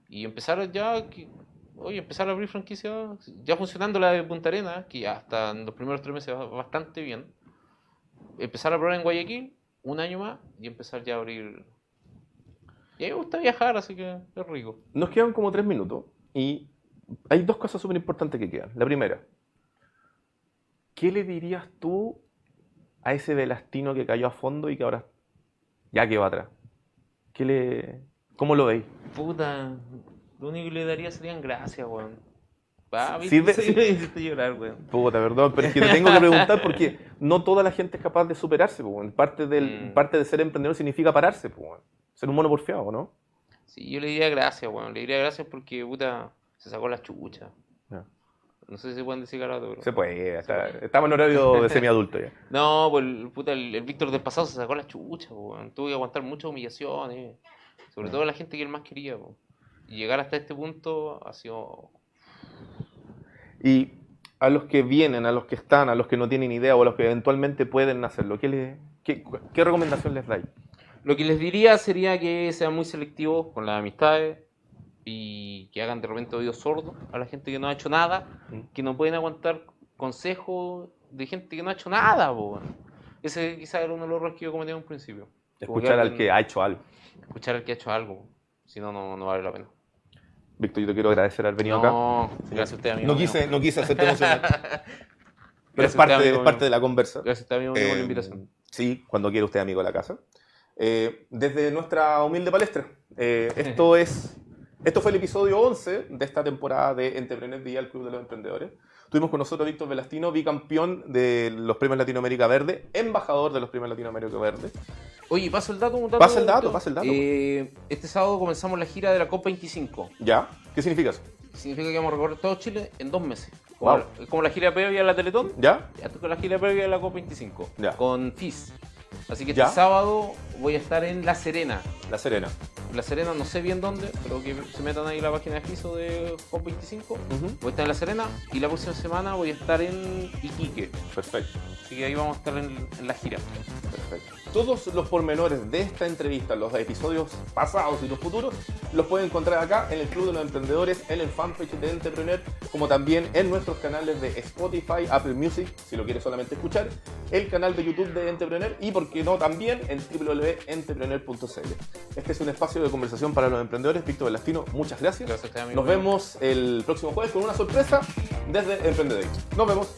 B: Y empezar ya, que- oye, empezar a abrir franquicias, ya funcionando la de Punta Arena, que ya hasta en los primeros tres meses va bastante bien. Empezar a probar en Guayaquil, un año más, y empezar ya a abrir. Y a mí me gusta viajar, así que es rico.
A: Nos quedan como tres minutos y hay dos cosas súper importantes que quedan. La primera, ¿qué le dirías tú a ese velastino que cayó a fondo y que ahora ya que va atrás? ¿Qué le, ¿Cómo lo veis?
B: Puta, lo único que le daría serían gracias, weón. Va,
A: Sí,
B: viste,
A: ve-
B: sí, me hiciste llorar, weón.
A: Puta, perdón, pero es que te tengo que preguntar porque no toda la gente es capaz de superarse. po, weón. Parte, del,
B: Mm.
A: parte de ser emprendedor significa pararse. po, weón. Ser un mono porfiado, ¿no?
B: Sí, yo le diría gracias, weón. Le diría gracias porque, puta, se sacó la chucha.
A: Ya.
B: No sé si se pueden decir garato, pero.
A: Se puede, está- estamos en horario de semiadulto ya.
B: No, pues el, puta, el, el Víctor del pasado se sacó la chucha, po, weón. tuve que aguantar muchas humillaciones,
A: Ah.
B: sobre todo la gente que él más quería. po. Y llegar hasta este punto ha sido...
A: Y a los que vienen, a los que están, a los que no tienen idea o a los que eventualmente pueden hacerlo, ¿qué, le- qué, qué recomendación les dais?
B: Lo que les diría sería que sean muy selectivos con las amistades, y que hagan de repente oídos sordos a la gente que no ha hecho nada,
A: Mm.
B: que no pueden aguantar consejos de gente que no ha hecho nada. po, weón. Ese quizás era uno de los errores que yo cometí en un principio. Como
A: Escuchar al
B: alguien-
A: que ha hecho algo.
B: Escuchar al que ha hecho algo. Si no, no, no vale la pena.
A: Víctor, yo te quiero agradecer haber venido acá.
B: No, gracias a usted, amigo.
A: No
B: mío.
A: quise, no quise hacerte emocionar, pero es
B: Gracias a usted,
A: parte,
B: amigo
A: es parte
B: mío.
A: de la conversa.
B: Gracias a usted, amigo, mío, por
A: Eh,
B: la invitación.
A: Sí, cuando quiera usted, amigo de la casa. Eh, desde nuestra humilde palestra, eh, esto es... Esto fue el episodio 11 de esta temporada de Entrepreneurs Día, el Club de los Emprendedores. Tuvimos con nosotros a Víctor Velastino, bicampeón de los Premios Latinoamérica Verde, embajador de los Premios Latinoamérica Verde.
B: Oye, paso el dato, un dato.
A: Pasa el dato,
B: Víctor.
A: pasa el dato.
B: Eh, este sábado comenzamos la gira de la COP25.
A: ¿Ya? ¿Qué significa eso?
B: Significa que vamos a recorrer todo Chile en dos meses. Como,
A: Wow.
B: la, como la gira previa a la Teletón,
A: ¿Ya?
B: ya toca la gira previa a la COP25.
A: Ya.
B: Con FIS. Así que este
A: Ya.
B: sábado voy a estar en La Serena.
A: La Serena.
B: La Serena, no sé bien dónde, pero que se metan ahí la página de FISO de COP25.
A: Ujú.
B: Voy a estar en La Serena y la próxima semana voy a estar en Iquique.
A: Perfecto.
B: Así que ahí vamos a estar en, en la gira.
A: Perfecto. Todos los pormenores de esta entrevista, los episodios pasados y los futuros, los pueden encontrar acá en el Club de los Emprendedores, en el fanpage de Entrepreneur, como también en nuestros canales de Spotify, Apple Music, si lo quieres solamente escuchar, el canal de YouTube de Entrepreneur y, por qué no, también en www.entrepreneur.cl. Este es un espacio de conversación para los emprendedores. Víctor Velastino, muchas gracias.
B: Gracias a usted, amigo.
A: Nos vemos el próximo jueves con una sorpresa desde Emprendedor. Nos vemos.